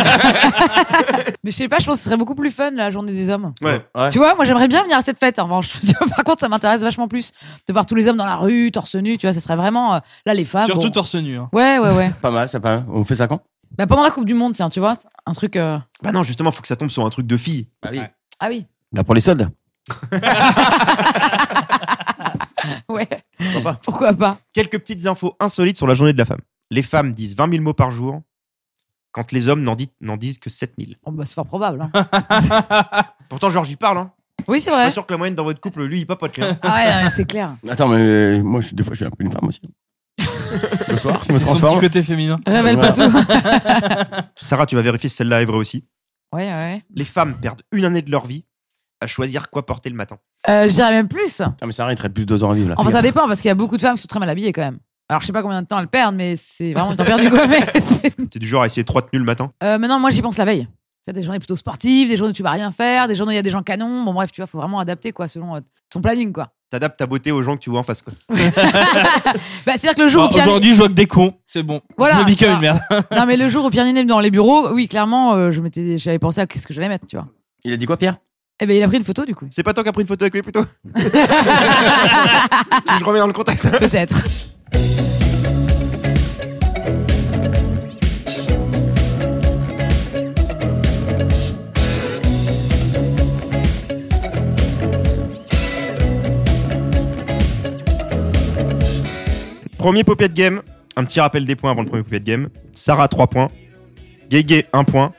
S2: Mais je sais pas, je pense que ce serait beaucoup plus fun la journée des hommes.
S3: Ouais.
S2: Tu vois, moi j'aimerais bien venir à cette fête. En revanche, Tu vois, par contre, ça m'intéresse vachement plus de voir tous les hommes dans la rue, torse nu. Tu vois, ce serait vraiment euh, là les femmes.
S4: Surtout
S2: bon.
S4: torse nu. hein.
S2: Ouais, ouais, ouais.
S1: Pas mal, ça pas mal. On fait ça quand
S2: bah, pendant la Coupe du Monde, tiens, tu vois, un truc. euh,
S3: Bah non, justement, faut que ça tombe sur un truc de fille.
S1: Bah oui.
S2: Ah oui.
S1: Bah pour les soldes.
S2: Ouais. Pourquoi pas
S3: Quelques petites infos insolites sur la journée de la femme. Les femmes disent 20 000 mots par jour, quand les hommes n'en dit- n'en disent que 7 000.
S2: Oh, bah, c'est fort probable. hein.
S3: Pourtant, Georges, il parle. Hein.
S2: Oui, c'est
S3: Je suis
S2: vrai.
S3: pas sûr que la moyenne dans votre couple, lui, il papote. lui, hein.
S2: Ah ouais, non, mais c'est clair.
S1: Attends, mais euh, moi, je, des fois, je suis un peu une femme aussi. Le soir, je me
S4: C'est son petit
S1: transforme.
S4: côté féminin.
S2: Révèle
S1: Voilà.
S2: pas tout.
S3: Sarah, tu vas vérifier si celle-là est vraie aussi.
S2: Ouais, ouais.
S3: Les femmes perdent une année de leur vie à choisir quoi porter le matin.
S2: Euh, je dirais même plus.
S1: Ah, mais Sarah, il traite plus de deux ans à vivre là.
S2: Enfin, ça dépend parce qu'il y a beaucoup de femmes qui sont très mal habillées quand même. Alors, je sais pas combien de temps elles perdent, mais c'est vraiment du temps perdu quoi. Mais...
S3: T'es du genre à essayer trois tenues le matin.
S2: Euh, maintenant, moi, j'y pense la veille. Tu as des journées plutôt sportives, des journées où tu vas rien faire, des journées où il y a des gens canons. Bon, bref, tu vois, faut vraiment adapter, quoi, selon euh, ton planning, quoi.
S3: T'adaptes ta beauté aux gens que tu vois en face. quoi.
S2: Bah, c'est-à-dire que le jour
S4: Bah,
S2: où Pierre.
S4: Aujourd'hui, je vois que des cons. C'est bon.
S2: Voilà,
S4: je m'habille comme
S2: ça.
S4: une merde.
S2: Non, mais le jour où Pierre Niney est venu dans les bureaux, oui, clairement, euh, je m'étais, j'avais pensé à qu'est-ce que j'allais mettre, tu vois.
S1: Il a dit quoi, Pierre
S2: Eh ben, il a pris une photo, du coup.
S3: C'est pas toi qui as pris une photo avec lui plutôt Je remets dans le contexte.
S2: Peut-être.
S3: Premier de game. Un petit rappel des points avant le premier de game. Sarah, 3 points. Guégué, 1 point.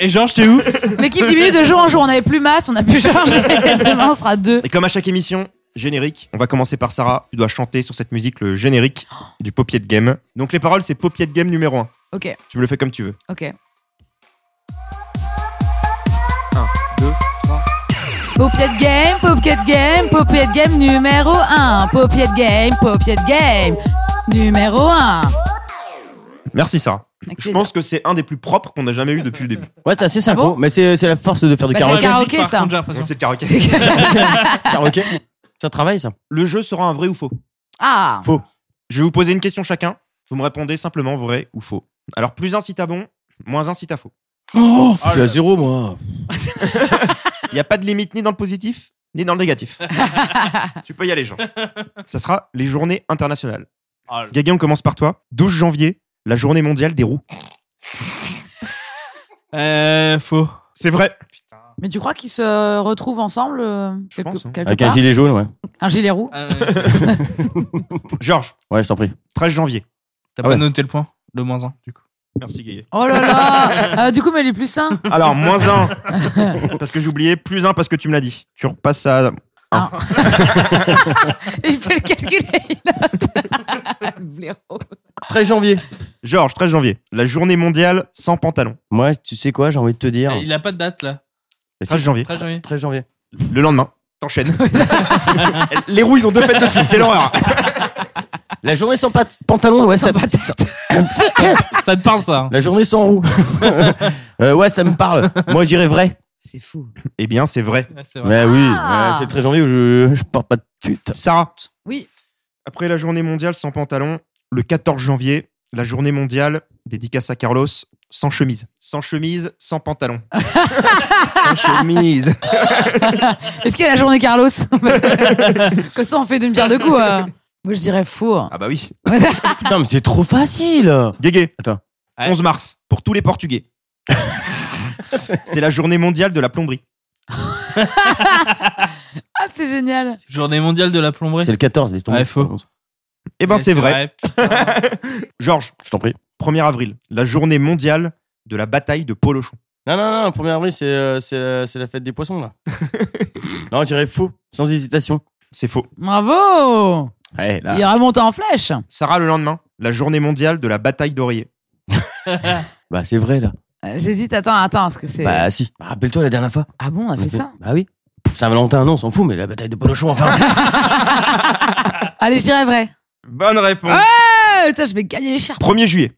S4: Et Georges, t'es où
S2: L'équipe diminue de jour en jour. On avait plus masse, on a plus chargé. Demain, on sera deux.
S3: Et comme à chaque émission, générique, on va commencer par Sarah. Tu dois chanter sur cette musique le générique du de game. Donc les paroles, c'est de game numéro 1.
S2: Ok,
S3: Tu me le fais comme tu veux.
S2: ok.
S3: 1, 2, 3.
S2: Paupiette game, paupiette game, paupiette game numéro 1. Paupiette game, paupiette game numéro 1.
S3: Merci Sarah. Je pense que c'est un des plus propres qu'on a jamais eu depuis le début.
S1: Ouais, c'est assez synchro,
S2: Ah bon
S1: mais c'est c'est la force de faire du
S2: Bah, c'est
S1: karaoké.
S2: karaoké,
S4: Par
S2: ça.
S4: contre, j'ai l'impression.
S3: C'est le karaoké.
S1: Karaoké Ça travaille, ça.
S3: Le jeu sera un vrai ou faux.
S2: Ah,
S3: Je vais vous poser une question chacun. Vous me répondez simplement vrai ou faux. Alors plus un si t'as bon, moins un si t'as faux.
S1: Oh, je suis à zéro, moi.
S3: Il n'y a pas de limite ni dans le positif, ni dans le négatif. tu peux y aller, Jean. Ça sera les journées internationales.
S4: Oh là là.
S3: Gaga, on commence par toi. 12 janvier, la journée mondiale des roues.
S4: Euh, faux.
S3: C'est vrai.
S2: mais tu crois qu'ils se retrouvent ensemble euh,
S3: Je
S2: quelque,
S3: pense, hein.
S2: quelque
S1: Avec un
S2: part
S1: gilet jaune, ouais.
S2: Un gilet roux
S4: Euh,
S3: Georges,
S1: Ouais, je t'en prie.
S3: 13 janvier.
S4: T'as
S1: Ah ouais.
S4: pas noté le point Le moins 1, du coup.
S3: Merci, Gaga.
S2: Oh là là Euh, Du coup, mais il est plus sain.
S3: Alors, moins un parce que j'ai oublié, plus un parce que tu me l'as dit. Tu repasses à.
S2: Il fait le calcul et il note. Le blaireau.
S1: 13 janvier.
S3: Georges, 13 janvier, la journée mondiale sans pantalon.
S1: Moi, tu sais quoi, j'ai envie de te dire.
S4: Eh, Il a pas de date, là.
S3: 13 janvier.
S4: 13 janvier.
S1: 13 janvier.
S3: Le lendemain, t'enchaînes. les roues, ils ont deux fêtes de suite, c'est l'horreur.
S1: La journée sans pat- pantalon, ouais, ça.
S4: Ça te parle, ça hein
S1: La journée sans roue. Euh, ouais, ça me parle. Moi, je dirais vrai.
S2: C'est fou.
S3: Eh bien, c'est vrai.
S4: Ouais, c'est vrai.
S1: Ouais, oui.
S2: Ah.
S1: Ouais, c'est le 13 janvier où je, je porte pas de pute.
S3: Sarah,
S2: Oui.
S3: Après la journée mondiale sans pantalon, le 14 janvier, la journée mondiale dédicace à Carlos sans chemise. Sans chemise, sans pantalon. sans chemise.
S2: Est-ce qu'il y a la journée Carlos Comme ça, on fait d'une pierre deux coups. euh. Moi, je dirais faux.
S3: Ah bah oui.
S1: Putain, mais c'est trop facile.
S3: Guégué.
S1: Attends.
S4: Ouais.
S3: 11 mars, pour tous les Portugais. c'est la journée mondiale de la plomberie.
S2: Ah, c'est génial.
S4: Journée mondiale de la plomberie.
S1: C'est le 14, laisse tomber.
S4: Ouais, faux.
S3: Eh ben,
S4: Ouais,
S3: c'est vrai.
S4: putain.
S3: Georges,
S1: Je t'en prie.
S3: 1er avril, la journée mondiale de la bataille de Polochon.
S1: Non, non, non, 1er avril, c'est euh, c'est, euh, c'est la fête des poissons, là. non, je dirais faux, sans hésitation.
S3: C'est faux.
S2: Bravo.
S1: Ouais, là.
S2: Il remonte en flèche.
S3: Sarah, le lendemain, la journée mondiale de la bataille d'Oreiller.
S1: Bah, c'est vrai, là.
S2: Euh, J'hésite, attends, attends, parce que c'est.
S1: Bah, si. Bah, Rappelle-toi la dernière fois.
S2: ah bon, on a fait
S1: Ok.
S2: ça
S1: Bah oui. Pff, Saint-Valentin, non, on s'en fout, mais la bataille de Polochon, enfin.
S2: Allez, je dirais vrai.
S3: Bonne réponse.
S2: Ah, putain, je vais gagner les chars.
S3: 1er juillet,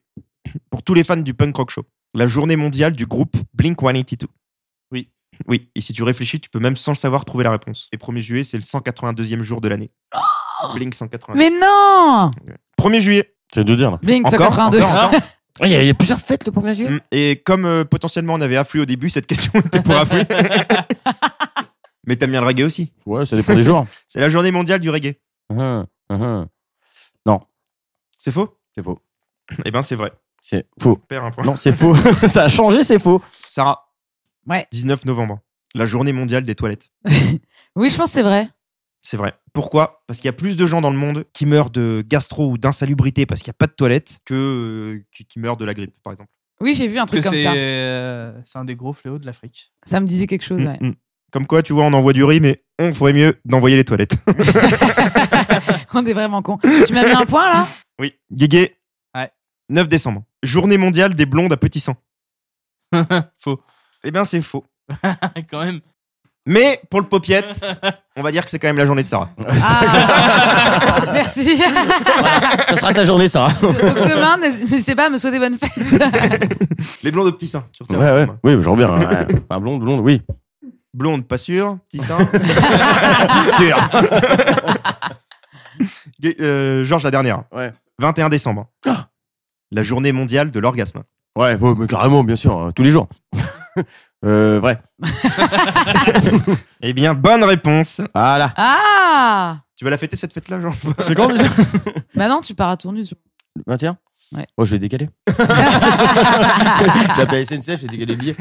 S3: pour tous les fans du punk rock show, la journée mondiale du groupe Blink 182.
S4: Oui.
S3: Oui, et si tu réfléchis, tu peux même sans le savoir trouver la réponse. Et 1er juillet, c'est le 182e jour de l'année.
S4: Oh
S3: Blink 182.
S2: Mais non
S3: 1er juillet.
S1: C'est de dire, là.
S2: Blink
S3: Encore,
S2: 182.
S3: encore, encore.
S1: Il y, a- il y a plusieurs fêtes le 1er juillet.
S3: Mm, Et comme euh, potentiellement on avait afflux au début, cette question était pour afflux. Mais t'aimes bien le reggae aussi.
S1: Ouais, ça dépend des jours.
S3: C'est la journée mondiale du reggae.
S1: Uhum, uhum.
S3: C'est faux
S1: C'est faux.
S3: Eh ben c'est vrai.
S1: C'est faux.
S3: Père un point.
S1: Non, c'est faux. ça a changé, c'est faux.
S3: Sarah.
S2: Ouais.
S3: 19 novembre. La journée mondiale des toilettes.
S2: Oui, je pense que c'est vrai.
S3: C'est vrai. Pourquoi Parce qu'il y a plus de gens dans le monde qui meurent de gastro ou d'insalubrité parce qu'il n'y a pas de toilettes que euh, qui, qui meurent de la grippe, par exemple.
S2: Oui, j'ai vu un
S4: Parce que
S2: truc comme
S4: c'est
S2: ça.
S4: euh, c'est un des gros fléaux de l'Afrique.
S2: Ça me disait quelque chose, ouais.
S3: Mm, mm. Comme quoi, tu vois, on envoie du riz, mais on ferait mieux d'envoyer les toilettes.
S2: on est vraiment cons. Tu m'as mis un point, là
S3: oui. Guégué.
S4: Ouais.
S3: 9 décembre. Journée mondiale des blondes à petit sang.
S4: Faux.
S3: Eh bien, c'est faux.
S4: Ah, Quand même.
S3: Mais pour le popiette, on va dire que c'est quand même la journée de Sarah.
S2: Ah, Merci.
S1: Ça sera ta journée, ça. hein.
S2: Donc demain, n'hésitez pas à me souhaiter bonne fête.
S3: Les blondes au petit sein. tu
S1: Ouais,
S3: retiens.
S1: ouais. Oui, mais j'en reviens. hein, ouais. Enfin, blonde, blonde, oui.
S3: Blonde, pas sûr. Petit sein.
S1: Sûr.
S3: Gué- euh, Georges, la dernière.
S1: Ouais.
S3: 21 décembre. La journée mondiale de l'orgasme.
S1: Ouais, ouais, mais carrément, bien sûr, hein, tous les jours. euh, vrai.
S3: Eh bien, bonne réponse.
S1: Voilà.
S2: Ah
S3: Tu vas la fêter cette fête-là, Georges
S1: C'est quand déjà
S2: Bah non, tu pars à tourner. tu-
S1: 21
S2: Ouais.
S1: Moi, Oh, je vais décaler. J'appelle SNCF, j'ai décalé le billet.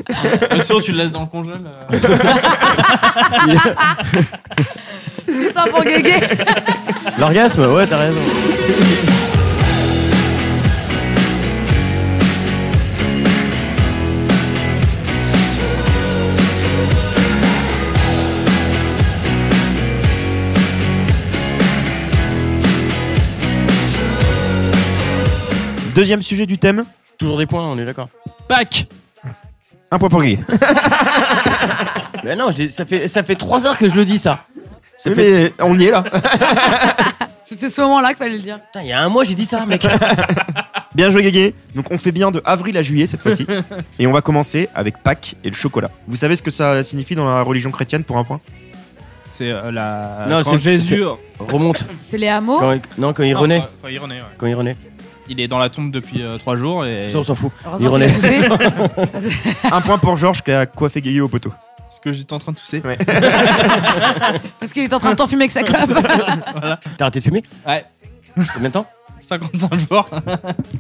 S4: Mais Euh, sinon, tu le laisses dans le congèle. euh.
S2: Tu sens pour Guégué
S1: L'orgasme Ouais, t'as raison.
S3: Deuxième sujet du thème.
S1: Toujours des points, on est d'accord.
S4: Pâques.
S3: Un point pour Guy.
S1: Mais non, je dis- ça fait, ça fait 3 heures que je le dis, ça. Ça fait-
S3: Mais on y est là.
S2: C'était ce moment-là qu'il fallait le dire.
S1: Putain, il y a un mois, j'ai dit ça, mec.
S3: Bien joué, Guégué. Donc, on fait bien de avril à juillet cette fois-ci. et on va commencer avec Pâques et le chocolat. Vous savez ce que ça signifie dans la religion chrétienne pour un point
S4: C'est euh, la.
S1: Non,
S4: quand
S1: c'est-
S4: Jésus.
S1: Remonte.
S2: C'est les hameaux.
S1: Quand il- non, quand il
S4: Non,
S1: renaît.
S4: quand- quand il renaît, ouais.
S1: Quand il renaît.
S4: Il est dans la tombe depuis euh, trois jours et.
S1: Ça, on s'en fout. Il
S2: Heureusement qu'il
S1: renaît.
S2: a poussé.
S3: Un point pour Georges qui a coiffé Guégué au poteau.
S4: Parce que j'étais en train de tousser.
S2: Parce qu'il est en train de t'enfumer avec sa clope.
S1: T'as arrêté de fumer
S4: Ouais.
S1: Combien de temps
S4: 55 jours.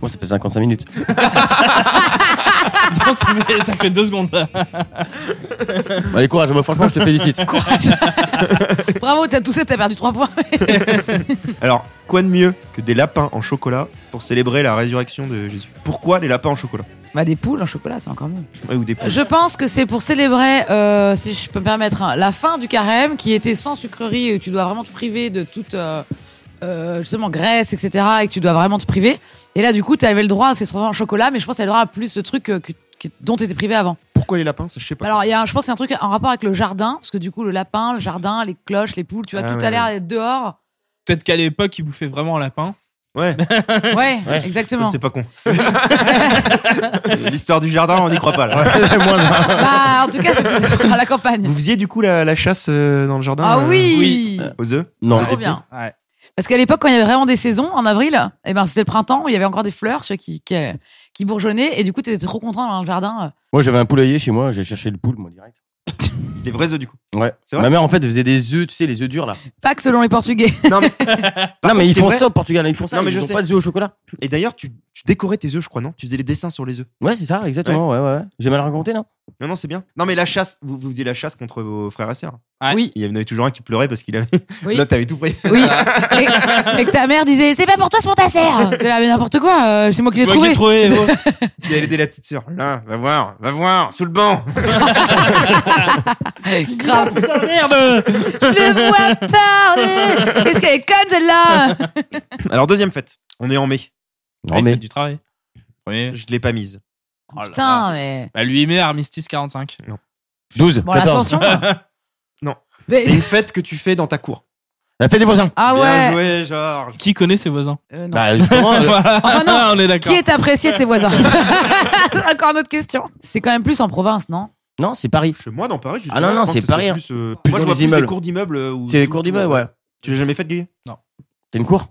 S1: Moi, ça fait 55 minutes.
S4: Non, ça, fait, ça fait deux secondes là.
S1: Bah, Allez, courage, moi, franchement, je te félicite.
S2: Bravo, t'as toussé, t'as perdu 3 points.
S3: Alors, quoi de mieux que des lapins en chocolat pour célébrer la résurrection de Jésus Pourquoi les lapins en chocolat
S2: Bah des poules en chocolat, c'est encore mieux.
S3: Ouais, Ou des poules.
S2: Je pense que c'est pour célébrer, euh, si je peux me permettre, hein, la fin du carême qui était sans sucrerie et où tu dois vraiment te priver de toute euh, euh, justement graisse, etc. Et que tu dois vraiment te priver. Et là, du coup, t'avais le droit, à se en chocolat, mais je pense que t'avais le droit à plus de trucs euh, que- que- dont t'étais privé avant.
S3: Pourquoi les lapins Ça, je sais pas.
S2: Alors, il y a, un- je pense que c'est un truc en rapport avec le jardin, parce que du coup, le lapin, le jardin, les cloches, les poules, tu vois,
S3: Ah,
S2: tout
S3: ouais,
S2: a l'air d'être dehors.
S4: Peut-être qu'à l'époque, il bouffait vraiment un lapin.
S3: Ouais,
S2: Ouais,
S1: Ouais.
S2: exactement.
S3: c'est pas con. Euh, L'histoire du jardin, on n'y croit pas. Là.
S2: Bah, en tout cas, c'était à la campagne.
S3: Vous faisiez du coup la, la chasse euh, dans le jardin
S2: Ah
S3: euh,
S2: oui,
S3: Aux œufs
S1: Non.
S2: Trop
S3: C'était
S2: bien.
S4: Ouais.
S2: Parce qu'à l'époque, quand il y avait vraiment des saisons, en avril, eh ben, c'était le printemps, où il y avait encore des fleurs tu vois, qui, qui, euh, qui bourgeonnaient, et du coup, t'étais trop content dans le jardin.
S1: Moi, j'avais un poulailler chez moi, j'ai cherché le poule, moi, direct.
S3: Des vrais œufs, du coup.
S1: Ouais.
S3: C'est vrai
S1: Ma mère, en fait, faisait des œufs, tu sais, les œufs durs là.
S2: Pas que euh, selon les Portugais.
S3: Non, mais,
S1: non, mais ils
S3: c'était
S1: font
S3: vrai.
S1: ça au Portugal, ils font ça.
S3: Non, mais
S1: ils
S3: je
S1: ont
S3: sais.
S1: pas d'œufs au chocolat.
S3: Et d'ailleurs, tu, tu décorais tes œufs, je crois, non Tu faisais les dessins sur les œufs.
S1: Ouais, c'est ça, exactement. Ouais, ouais. ouais. J'ai mal raconté, non
S3: Non, non, c'est bien. Non, mais la chasse, vous, vous faisiez la chasse contre vos frères et sœurs.
S4: Ouais.
S2: Oui.
S3: Il y en avait toujours un qui pleurait parce qu'il avait.
S2: Oui.
S3: L'autre avait tout pris.
S2: Oui. Et, et que ta mère disait c'est pas pour toi, c'est pour ta sœur. T'es là mais n'importe quoi. euh, c'est moi qui l'ai
S4: C'est moi qui
S2: trouvé.
S4: l'ai trouvé. gros.
S3: Puis elle aidait la petite sœur. Là, va voir, va voir, sous le banc.
S2: Grave.
S4: Ah, Merde
S2: Je le vois pas. mais Qu'est-ce qu'elle est conne celle-là.
S3: Alors, deuxième fête. On est en mai.
S1: Non, mais.
S4: du travail. Premier.
S3: Je l'ai pas mise.
S4: Oh là là.
S2: Putain mais.
S4: Bah, lui, il met Armistice 45.
S1: 12,
S2: Bon
S1: 14.
S2: l'ascension. quoi.
S3: Non.
S2: Mais-
S3: C'est une fête que tu fais dans ta cour.
S1: La fête des voisins.
S2: Ah
S3: Bien
S2: ouais.
S3: joué, Georges.
S4: Qui connaît ses voisins
S2: Euh, non.
S1: Bah, justement. euh,
S4: Enfin,
S2: non.
S4: on est d'accord.
S2: Qui est apprécié de ses voisins C'est Encore une autre question. C'est quand même plus en province, non
S1: non, c'est Paris.
S3: Chez moi, dans Paris, justement,
S1: Ah non,
S3: je
S1: non,
S3: pense
S1: c'est
S3: que ce serait
S1: Paris, hein.
S3: Plus, euh,
S1: Plus
S3: moi, je
S1: dans
S3: vois
S1: les
S3: plus les
S1: immeubles.
S3: cours d'immeubles. euh, où
S1: C'est les
S3: tout-
S1: cours d'immeuble, ouais.
S3: Tu l'as jamais fait, Guy
S1: T'as une cour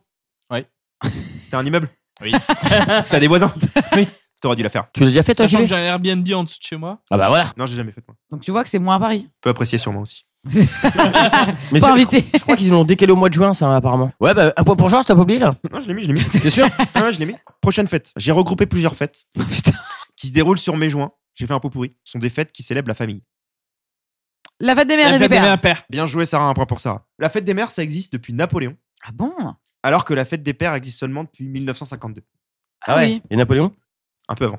S3: T'as un immeuble
S4: Oui.
S3: T'as des voisins
S4: Oui.
S3: T'aurais dû la faire.
S1: Tu l'as déjà fait, toi,
S4: Sachant que
S1: Julie
S4: j'ai un Airbnb en dessous de chez moi.
S1: Ah bah voilà.
S3: Non, j'ai jamais fait, moi.
S2: Donc tu vois que c'est moins à Paris.
S3: Peu apprécié, sûrement aussi.
S1: Mais
S2: Pas
S1: ça, je,
S2: invité.
S1: je crois qu'ils l'ont décalé au mois de juin, ça, apparemment. Ouais, bah, un point pour Georges, t'as pas oublié, là
S3: Non, je l'ai mis, je l'ai mis.
S1: T'es sûr
S3: Ah ouais, je l'ai mis. Prochaine fête. J'ai regroupé plusieurs fêtes
S4: Oh,
S2: Putain.
S3: qui se déroulent sur mai-juin. J'ai fait un pot pourri. Ce sont des fêtes qui célèbrent la famille.
S2: La fête des mères
S4: La
S2: et des
S4: fête
S2: pères.
S4: mères pères.
S3: Bien joué, Sarah, un point pour Sarah. La fête des mères, ça existe depuis Napoléon,
S2: Ah bon
S3: alors que la fête des pères existe seulement depuis 1952.
S2: Ah oui.
S1: Et Napoléon
S3: Un peu avant.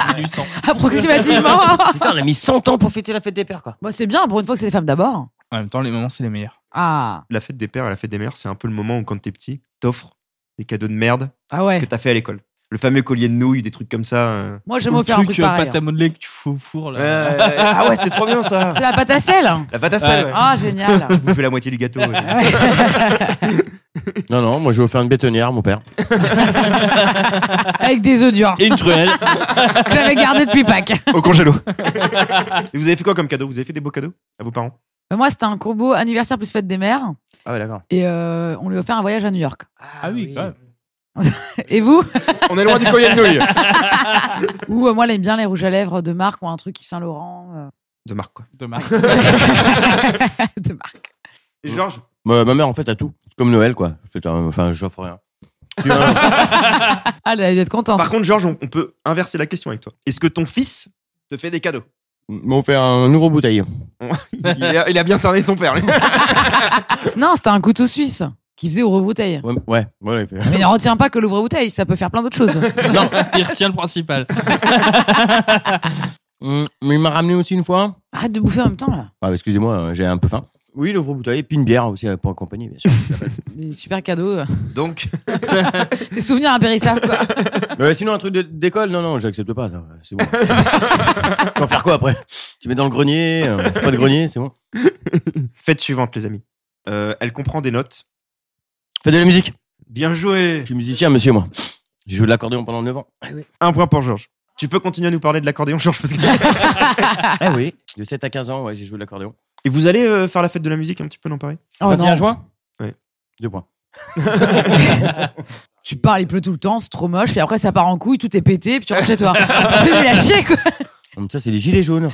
S2: Ah.
S4: 1800.
S2: Approximativement.
S1: Putain, on a mis 100 ans pour fêter la fête des pères, quoi.
S2: Bon, c'est bien pour une fois que c'est les femmes d'abord.
S4: En même temps, les moments, c'est les meilleurs.
S2: Ah.
S3: La fête des pères et la fête des mères, c'est un peu le moment où, quand t'es petit, t'offres des cadeaux de merde
S2: Ah
S3: que
S2: ouais.
S3: t'as fait à l'école. Le fameux collier de nouilles, des trucs comme ça. euh.
S2: Moi, j'aime
S4: Ou le
S2: offrir un
S4: truc
S2: truc
S4: euh,
S2: pareil. hein.
S4: pâte à modeler que tu fous au four. Oh Là.
S3: Euh, ah ouais, c'était trop bien ça.
S2: C'est la pâte à sel.
S3: La pâte à sel.
S4: Ouais.
S3: ouais.
S2: Ah, génial.
S3: Tu bouffais la moitié du gâteau. ouais.
S2: Ouais.
S1: Non, non, moi, j'ai offert une bétonnière, mon père.
S2: Avec des œufs durs
S4: Et une truelle.
S2: que j'avais gardé depuis Pâques.
S3: Au congélo. et vous avez fait quoi comme cadeau Vous avez fait des beaux cadeaux à vos parents
S2: Euh, Moi, c'était un combo anniversaire plus fête des mères.
S1: Ah ouais, d'accord.
S2: Et euh, on lui a offert un voyage à New York.
S4: Ah oui, quand même.
S2: Et vous
S3: On est loin du collier de nouilles.
S2: Ou euh, moi, j'aime bien les rouges à lèvres de marque ou un truc Yves Saint Laurent. euh,
S3: De marque, quoi.
S4: Dommage.
S2: de marque.
S3: Et Georges
S1: Bah, Ma, ma mère, en fait, a tout. C'est Comme Noël, quoi. C'est un- Enfin, j'offre rien. Tu vois,
S2: Ah, elle a dû être contente.
S3: Par contre, Georges, on, on peut inverser la question avec toi. Est-ce que ton fils te fait des cadeaux
S1: Ils m'ont fait un nouveau bouteille.
S3: il a, il a bien cerné son père. lui.
S2: Non, c'était un couteau suisse qui faisait ouvre-bouteille.
S1: Ouais, ouais, voilà, il fait.
S2: Mais ne retiens pas que l'ouvre-bouteille, ça peut faire plein d'autres choses.
S4: Non, il retient le principal.
S1: Hum, mais il m'a ramené aussi une fois.
S2: Arrête de bouffer en même temps, là.
S1: Ah, excusez-moi, euh, j'ai un peu faim. Oui, le gros bouteille, et puis une bière aussi euh, pour accompagner, bien sûr.
S2: Des super cadeaux. euh.
S3: Donc,
S2: Des souvenirs impérissables, quoi.
S1: Mais sinon, un truc de- d'école, non, non, j'accepte pas ça. C'est bon. T'en faire quoi après Tu mets dans le grenier, euh, pas de grenier, c'est bon.
S3: fête suivante, les amis. Euh, elle comprend des notes.
S1: Fais de la musique.
S3: Bien joué
S1: Je suis musicien, monsieur, moi. J'ai joué de l'accordéon pendant 9 ans.
S3: Un point pour Georges. Tu peux continuer à nous parler de l'accordéon, Georges, parce que...
S1: Ah oui De 7 à 15 ans, ouais, j'ai joué de l'accordéon.
S3: Et vous allez euh, faire la fête de la musique un petit peu dans Paris
S2: Oh,
S1: 21
S2: non.
S1: juin
S3: Oui.
S1: Deux points.
S2: Tu parles, il pleut tout le temps, c'est trop moche, puis après ça part en couille, tout est pété, puis tu rentres chez toi. c'est nul à chier, quoi.
S1: Donc ça, c'est les gilets jaunes.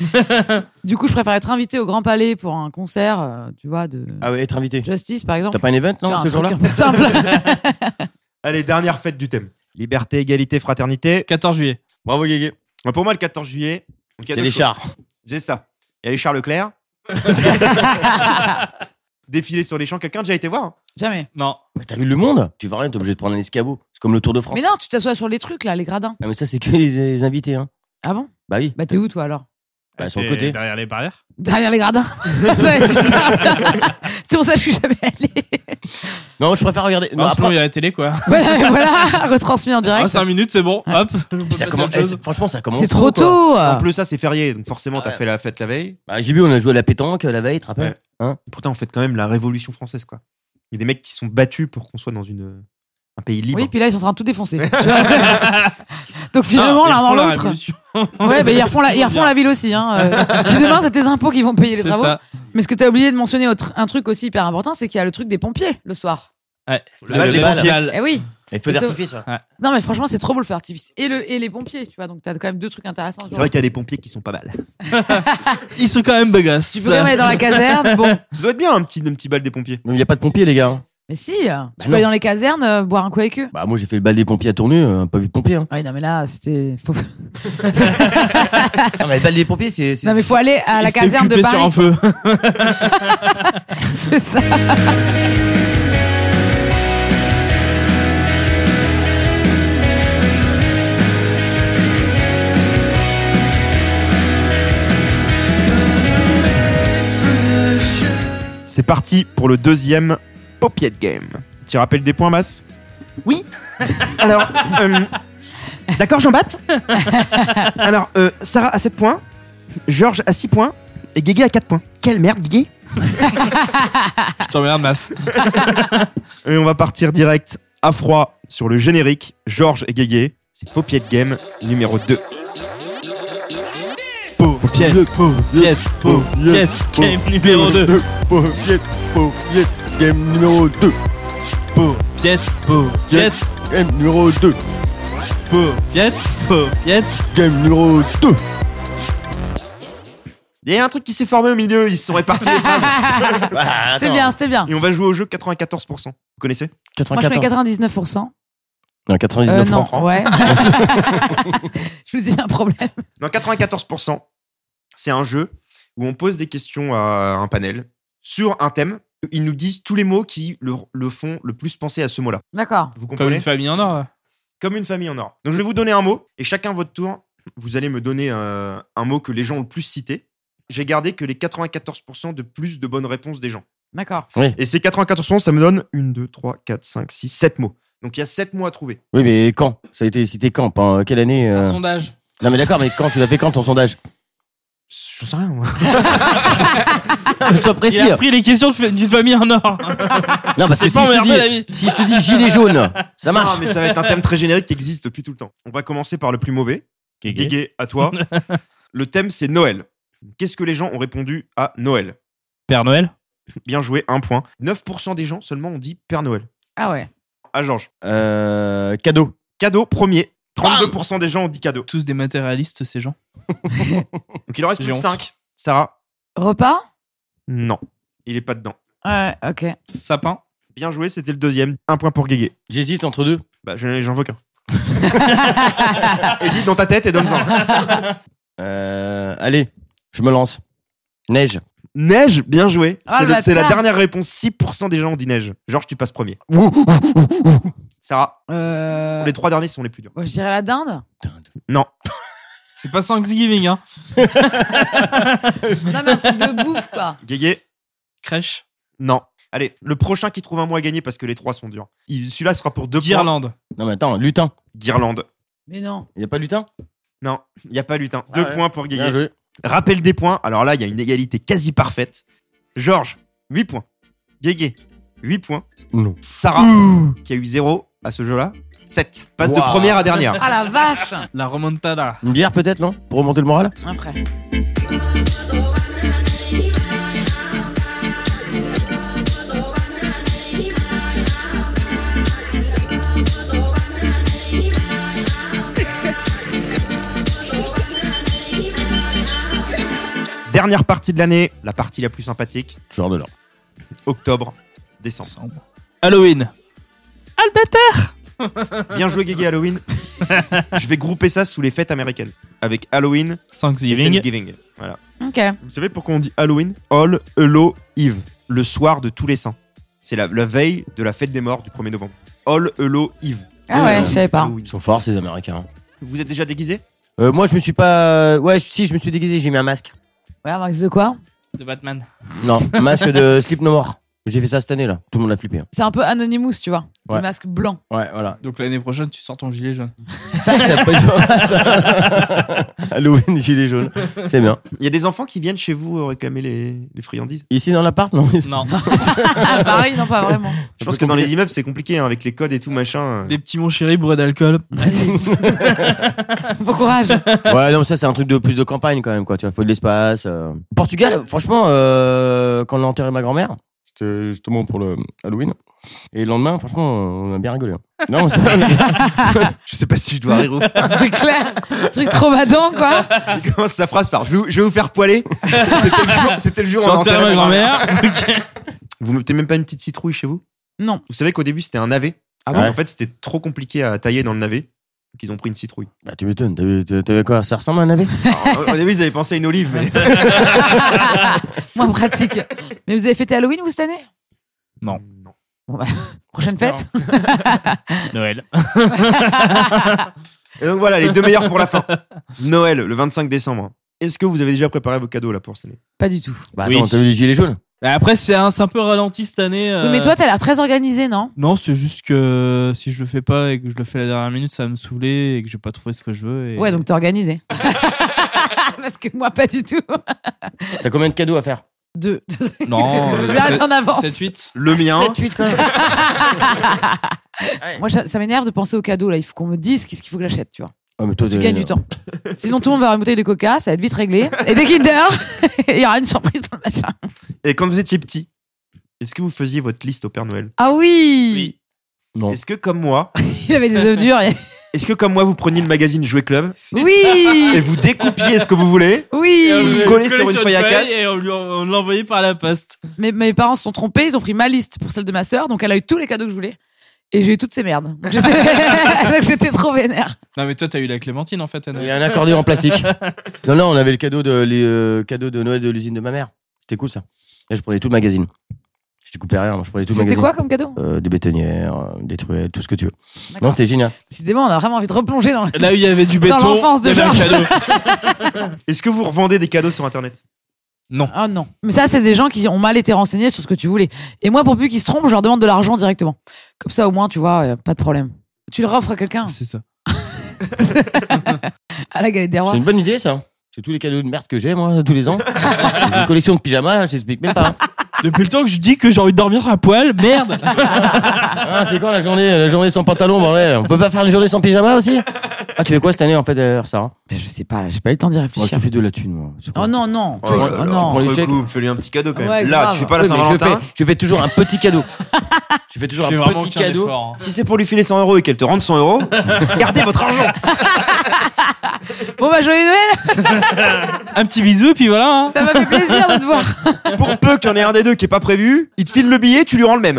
S2: Du coup, je préfère être invité au Grand Palais pour un concert, euh, tu vois, de
S1: Ah ouais, être invité.
S2: Justice, par exemple.
S1: T'as pas un event,
S2: Tu
S1: non, ce
S2: vois, un truc
S1: jour-là
S2: un peu simple.
S3: Allez, dernière fête du thème. Liberté, égalité, fraternité.
S4: 14 juillet.
S3: Bravo, Guégué. Bon, Pour moi, le 14 juillet... donc, il y a
S1: C'est
S3: deux
S1: les
S3: choses.
S1: chars.
S3: J'ai ça. Il y a les chars Leclerc. Défilé sur les champs. Quelqu'un a déjà été voir hein
S2: Jamais.
S4: Non.
S1: Mais Bah, T'as vu le monde Tu vas rien, t'es obligé de prendre un escabeau. C'est comme le Tour de France.
S2: Mais non, tu t'assois sur les trucs, là, les gradins.
S1: Ah, mais ça, c'est que les, les invités. Hein.
S2: Ah bon
S1: Bah oui.
S2: Bah, t'es où, toi, alors
S1: Bah, sur le
S4: Et
S1: côté.
S4: Derrière les barrières.
S2: Derrière les gradins. ça va être super. c'est pour ça que je suis jamais allée.
S1: Non, je préfère regarder. Non,
S4: Non,
S1: après-
S4: Ah, sinon, il y a la télé, quoi.
S2: Ouais, non, mais voilà, retransmis en direct.
S4: 5 minutes, Ah, c'est bon. Hop.
S1: ça commence- eh, c'est- franchement, ça commence.
S2: c'est
S1: quoi.
S2: trop tôt.
S3: En plus, ça, c'est férié. Donc, forcément, t'as
S1: Ouais.
S3: fait la fête la veille.
S1: Bah, j'ai vu, on a joué à la pétanque euh, la veille, tu te rappelles
S3: Ouais. Pourtant, on fait quand même la Révolution française, quoi. Il y a des mecs qui sont battus pour qu'on soit dans une, un pays libre.
S2: Oui, puis là, ils sont en train de tout défoncer. Tu vois Donc
S4: Ah,
S2: finalement, l'un dans l'autre. Ouais, mais ils refont, la, ils refont la ville aussi. Hein. Euh, puis demain, c'est tes impôts qui vont payer les
S4: C'est
S2: travaux.
S4: ça.
S2: Mais ce que t'as oublié de mentionner, autre- un truc aussi hyper important, c'est qu'il y a le truc des pompiers le soir.
S4: Ouais.
S1: balles, les balles.
S4: balles.
S2: Eh oui,
S1: Et feu
S2: Mais ça-
S1: d'artifice, ouais.
S2: Non, mais franchement, c'est trop beau le feu d'artifice. Et, le, et les pompiers, tu vois. Donc, t'as quand même deux trucs intéressants.
S3: C'est vrai qu'il y a des pompiers qui sont pas mal.
S4: Ils sont quand même bagasses.
S2: Tu peux quand même aller dans la caserne. Bon.
S3: Ça doit être bien un petit, un petit bal des pompiers.
S1: Mais il n'y a pas de pompiers, les gars. hein.
S2: Mais si, tu peux
S1: non.
S2: aller dans les casernes, euh, boire un coup avec eux.
S1: Bah, moi, j'ai fait le bal des pompiers à Tournus, euh, pas vu de pompiers. Hein.
S2: Ah Oui, non, mais là, c'était. Faut... Ah,
S1: Non, mais le bal des pompiers, c'est. c'est-
S2: Non, mais faut aller à la
S4: Ils s'étaient
S2: caserne de
S4: occupés sur un
S2: Paris.
S4: feu.
S2: C'est ça.
S3: C'est parti pour le deuxième Popiette Game. Tu rappelles des points, Mass Oui Alors, euh, d'accord, Jean-Bapt Alors, euh, Sarah a 7 points, Georges a 6 points et Guégué a 4 points. Quelle merde, Guégué
S4: Je t'emmerde, masse.
S3: Et on va partir direct à froid sur le générique. Georges et Guégué, c'est Popiette Game numéro 2.
S4: Paupiette, paupiette, paupiette, game numéro 2.
S9: Paupiette, paupiette, game numéro 2.
S4: Paupiette, paupiette,
S9: Game numéro 2.
S4: paupiette, paupiette.
S9: Game numéro 2.
S3: Il y a un truc qui s'est formé au milieu, ils se sont répartis les phrases.
S1: Bah,
S2: C'était
S1: attends.
S2: bien, c'était bien.
S3: Et on va jouer au jeu 94%. Vous connaissez
S2: Moi, je mets
S1: 94.
S2: 99%.
S1: Non,
S2: Euh,
S1: 99
S2: non,
S1: francs. hein.
S2: ouais. je vous dis, il y a un problème.
S3: Non, 94%, c'est un jeu où on pose des questions à un panel sur un thème. Ils nous disent tous les mots qui le, le font le plus penser à ce mot-là.
S2: D'accord.
S3: Vous
S4: Comme
S3: comprenez
S4: une famille en or. là.
S3: Comme une famille en or. Donc je vais vous donner un mot et chacun votre tour, vous allez me donner euh, un mot que les gens ont le plus cité. J'ai gardé que les 94% de plus de bonnes réponses des gens.
S2: D'accord.
S3: Et ces 94%, ça me donne 1, 2, 3, 4, 5, 6, 7 mots. Donc il y a 7 mots à trouver.
S1: Oui, mais quand Ça a été cité quand Pendant Quelle année
S4: C'est
S1: euh
S4: un sondage.
S1: Non, mais d'accord, mais quand Tu l'as fait quand ton sondage
S3: J'en sais rien, moi.
S1: Sois
S4: Il
S1: précis.
S4: a pris les questions de fa- d'une famille en or.
S1: Non, parce que
S4: C'est
S1: si
S4: pas
S1: je,
S4: emmerdé, la
S1: te
S4: vie.
S1: dis, si je te dis gilet jaune, ça marche.
S3: Non, mais ça va être un thème très générique qui existe depuis tout le temps. On va commencer par le plus mauvais. Guégué, à toi. le thème, c'est Noël. Qu'est-ce que les gens ont répondu à Noël
S4: Père Noël.
S3: Bien joué, un point. 9% des gens seulement ont dit Père Noël.
S2: Ah ouais.
S3: À Georges.
S1: Euh, cadeau.
S3: Cadeau, premier. 32% des gens ont dit cadeau.
S4: Tous des matérialistes, ces gens.
S3: Donc il en reste
S4: J'ai
S3: plus que
S4: honte.
S3: 5. Sarah
S2: Repas
S3: Non. Il est pas dedans.
S2: Ouais, ok.
S4: Sapin.
S3: Bien joué, c'était le deuxième. Un point pour Guégué.
S1: J'hésite entre deux.
S3: Bah, je- j'en veux qu'un. Hésite dans ta tête et donne-en.
S1: Euh, allez, je me lance. Neige.
S3: Neige, bien joué.
S2: Ah,
S3: C'est
S2: le
S3: le- c'est la
S2: bâtard.
S3: dernière réponse. 6% des gens ont dit neige. Georges, tu passes premier. Sarah,
S2: Euh...
S3: les trois derniers sont les plus durs.
S2: ouais, je dirais la dinde.
S3: Non.
S4: C'est pas Thanksgiving, hein.
S2: Non, mais un truc de bouffe, quoi.
S3: Guégué
S4: Crèche.
S3: Non. Allez, le prochain qui trouve un mot à gagner parce que les trois sont durs. Il- Celui-là sera pour deux points.
S4: Guirlande.
S1: Non, mais attends, lutin.
S3: Guirlande.
S2: Mais non.
S1: Il n'y a pas lutin
S3: Non, il n'y a pas lutin.
S1: Ah
S3: Deux
S1: ouais.
S3: points pour
S1: Bien
S3: Guégué.
S1: joué.
S3: Rappel des points. Alors là, il y a une égalité quasi parfaite. Georges, 8 points. Guégué, 8 points.
S1: Non.
S3: Sarah, qui a eu 0 à ce jeu-là, 7. Passe de
S1: Waouh.
S3: première à dernière.
S2: Ah la vache
S4: La remontada.
S1: Une bière peut-être, non Pour remonter le moral
S2: Après.
S3: Dernière partie de l'année, la partie la plus sympathique.
S1: Genre de l'or.
S3: Octobre, décembre.
S4: Halloween.
S3: Bien joué, Guégué Halloween. Je vais grouper ça sous les fêtes américaines. Avec Halloween et
S4: Thanksgiving.
S3: Thanksgiving. Voilà.
S2: Ok. Ah
S3: Vous savez pourquoi on dit Halloween All Hello Eve, le soir de tous les saints. C'est la, la veille de la fête des morts du 1er novembre. All Hello Eve.
S2: Ah
S3: Euh,
S2: ouais, je savais pas.
S1: Ils sont forts, ces Américains. hein.
S3: Vous êtes déjà déguisé
S1: Euh, moi, je me suis pas. Ouais, si, je me suis déguisé, j'ai mis un masque.
S2: Ouais, Max de quoi
S4: De Batman.
S1: Non, masque de Sleep No More. J'ai fait ça cette année, là. Tout le monde a flippé. hein.
S2: C'est un peu Anonymous, tu vois. Le
S1: Ouais.
S2: masque blanc.
S1: Ouais, voilà.
S4: Donc l'année prochaine, tu sors ton gilet jaune.
S1: Ça, ça peut être pas mal, ça. Halloween, gilet jaune. C'est bien.
S3: Il y a des enfants qui viennent chez vous euh, réclamer les, les friandises.
S1: Ici, dans l'appart, non
S4: Non.
S2: À Paris, non, pas vraiment.
S3: Je pense que dans les immeubles, c'est compliqué hein, avec les codes et tout machin. euh.
S4: Des petits mon chéri bourrés d'alcool.
S2: Bon courage.
S1: Ouais, non, mais ça, c'est un truc de plus de campagne quand même, quoi. Tu vois, faut de l'espace. euh. Portugal, franchement, euh, quand on a enterré ma grand-mère, c'était justement pour le Halloween. Et le lendemain, franchement, on a bien rigolé. hein. Non, mais c'est vrai,
S3: Je sais pas si je dois rire ou
S2: C'est clair. Truc trop badant, quoi.
S3: Il commence sa phrase par je vais, vous- je vais vous faire poiler. C'était le jour, c'était le jour où on
S4: J'enterre
S3: enterrait
S4: ma grand-mère. Ok.
S3: Vous mettez même pas une petite citrouille chez vous
S2: Non.
S3: Vous savez qu'au début c'était un navet.
S1: Ah bon
S3: En fait c'était trop compliqué à tailler dans le navet qu'ils ont pris une citrouille.
S1: Bah, tu m'étonnes, t'as vu- t'as- t'avais quoi Ça ressemble à un navet
S3: Alors, Ah, au au début ils avaient pensé à une olive. Mais...
S2: Moins pratique. Mais vous avez fêté Halloween, vous, cette année
S4: Non.
S2: Prochaine fête
S4: Noël.
S3: Et donc voilà les deux meilleurs pour la fin. Noël le 25 décembre. Est-ce que vous avez déjà préparé vos cadeaux là pour cette année
S2: Pas du tout.
S1: Bah,
S4: Oui.
S1: attends, t'as vu les gilets jaunes
S4: Bah, Après, c'est un, c'est un peu ralenti cette année.
S2: Oui, mais
S4: euh,
S2: toi, t'as l'air très organisé, non
S4: Non, c'est juste que si je le fais pas et que je le fais à la dernière minute, ça va me saouler et que j'ai pas trouvé ce que je veux. Et...
S2: Ouais, donc t'es organisé. Parce que moi, pas du tout.
S1: T'as combien de cadeaux à faire
S2: Deux.
S4: Non,
S2: Je vais être en avance.
S4: 7-8.
S3: Le mien.
S1: 7-8 quand même.
S2: Moi, ça, ça m'énerve de penser aux cadeaux, là. Il faut qu'on me dise qu'est-ce qu'il faut que j'achète, tu vois.
S1: Ah, mais toi,
S2: Tu
S1: t'es-
S2: gagnes du temps. Sinon, tout le monde va avoir une bouteille de coca, ça va être vite réglé. Et des Kinder, il y aura une surprise dans le machin.
S3: Et quand vous étiez petit, est-ce que vous faisiez votre liste au Père Noël
S2: Ah oui,
S1: Non.
S3: Est-ce que comme moi,
S2: Il avait des œufs durs. et-
S3: est-ce que comme moi vous preniez le magazine Jouet Club et
S2: Oui
S3: vous découpiez ce que vous voulez
S2: Oui
S3: Collé sur une feuille à quatre.
S4: et on, lui- on l'a envoyé par la poste.
S2: mes, mes parents se sont trompés, ils ont pris ma liste pour celle de ma sœur, donc elle a eu tous les cadeaux que je voulais. Et j'ai eu toutes ces merdes. Donc j'étais- donc j'étais trop vénère.
S4: Non, mais toi, t'as eu la clémentine en fait, Anna.
S1: Il y a un accordéon en plastique. Non, non, on avait le cadeau de, les, euh, cadeaux de Noël de l'usine de ma mère. C'était cool ça. Là, je prenais tout le magazine. Je t'ai coupé rien, moi, je prenais tout le
S2: C'était
S1: magazine.
S2: quoi comme cadeau
S1: Euh, Des bétonnières, euh, des truelles, tout ce que tu veux.
S2: D'accord.
S1: Non, c'était génial.
S2: Décidément, on a vraiment envie de replonger dans le...
S4: Là où il y avait du
S2: Dans
S4: béton,
S2: l'enfance de
S4: il y avait un
S2: Georges.
S4: cadeau.
S3: Est-ce que vous revendez des cadeaux sur internet
S2: Ah non. Mais ça, c'est des gens qui ont mal été renseignés sur ce que tu voulais. Et moi, pour plus qu'ils se trompent, je leur demande de l'argent directement. Comme ça, au moins, tu vois, euh, pas de problème. Tu le offres à quelqu'un
S4: C'est ça.
S2: à la galette des rois.
S1: C'est une bonne idée ça. C'est tous les cadeaux de merde que j'ai moi tous les ans. J'ai une collection de pyjamas, là, je t'explique même pas.
S4: Depuis le temps que je dis que j'ai envie de dormir à poil, merde
S1: Ah, c'est quand la journée La journée sans pantalon, bordel. On peut pas faire une journée sans pyjama aussi Ah, tu fais quoi cette année en fait d'ailleurs, Sarah
S2: Ben, je sais pas, là, j'ai pas eu le temps d'y
S1: Moi,
S2: réfléchir.
S1: je te fais de la thune, moi. C'est quoi
S2: Oh non, non.
S3: Oh
S2: Tu vois,
S3: là
S2: oh
S3: là,
S2: non.
S1: prends les
S3: entre
S1: chèques.
S3: couples, fais-lui un petit cadeau quand même.
S2: Ouais,
S3: Là,
S2: grave.
S3: tu fais pas la
S1: Oui, mais je, fais,
S3: Saint-Valentin.
S1: je fais toujours un petit cadeau. Je fais toujours
S4: Je fais
S1: un
S4: vraiment
S1: petit
S4: aucun
S1: cadeau.
S4: effort, hein.
S3: Si c'est pour lui filer 100 euros et qu'elle te rende 100 euros, gardez votre argent.
S2: Bon, bah, joyeux Noël
S4: Un petit bisou, et puis voilà. hein.
S2: Ça m'a fait plaisir de te voir.
S3: Pour peu qu'il y en ait un des deux qui est pas prévu, il te file le billet, tu lui rends le même.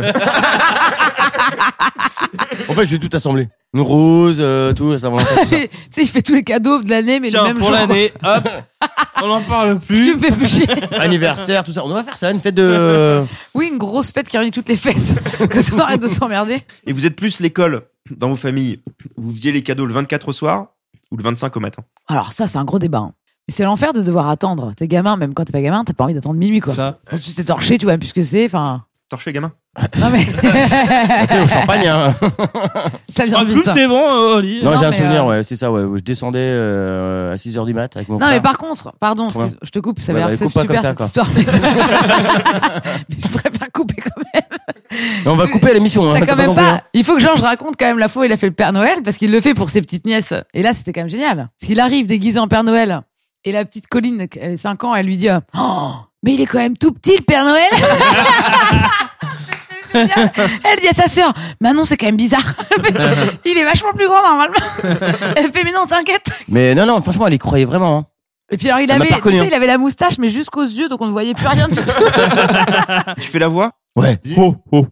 S1: En fait, je vais tout assembler. Une rose, euh, tout, ça va
S2: tu sais, il fait tous les cadeaux de l'année, mais
S4: Tiens,
S2: le même
S4: pour
S2: jour.
S4: l'année, hop, on n'en parle plus.
S2: Tu me fais bouger.
S1: Anniversaire, tout ça. On va faire ça, une fête de.
S2: Oui, une grosse fête qui réunit toutes les fêtes. que ça arrête de s'emmerder.
S3: Et vous êtes plus l'école dans vos familles. Vous faisiez les cadeaux le 24 au soir ou le 25 au matin.
S2: Alors, ça, c'est un gros débat. hein. Mais c'est l'enfer de devoir attendre. T'es gamin, même quand t'es pas gamin, t'as pas envie d'attendre minuit, quoi.
S4: Ça.
S2: Quand tu t'es torché, tu vois même plus ce que c'est. Enfin.
S3: Torchez, gamin.
S2: Non, mais.
S1: Ah, tu sais, au champagne. hein.
S2: ça vient
S4: En
S2: vite. hein.
S4: couple, c'est bon, euh, au lit.
S1: Non,
S2: Non,
S1: j'ai un
S2: mais,
S1: souvenir,
S2: euh,
S1: ouais, c'est ça, ouais. où Je descendais euh, à 6h du mat avec mon
S2: Non,
S1: frère.
S2: mais par contre, pardon,
S1: Trop bien.
S2: excuse- je te coupe, ça
S1: Ouais,
S2: va
S1: bah,
S2: l'air
S1: coupe pas comme ça,
S2: super cette
S1: quoi.
S2: histoire. Mais... mais je préfère couper quand même.
S1: Et on va couper l'émission. hein,
S2: T'as
S1: t'as
S2: quand même
S1: compris,
S2: pas. Il faut que Georges raconte quand même la fois où il a fait le Père Noël parce qu'il le fait pour ses petites nièces. Et là, c'était quand même génial. Parce qu'il arrive déguisé en Père Noël et la petite Colline, qui avait 5 ans, elle lui dit euh, Oh, mais il est quand même tout petit le Père Noël C'était génial. Elle dit à sa sœur, mais non, c'est quand même bizarre. il est vachement plus grand normalement. Elle fait, mais non, t'inquiète.
S1: hein. Mais non, non, franchement, elle y croyait vraiment. hein.
S2: Et puis alors, il
S1: Elle m'a
S2: avait,
S1: pas
S2: tu
S1: reconnu,
S2: sais,
S1: hein.
S2: il avait la moustache, mais jusqu'aux yeux, donc on ne voyait plus rien du tout.
S3: Tu fais la voix
S1: Ouais.
S3: Dis-
S1: Oh, oh.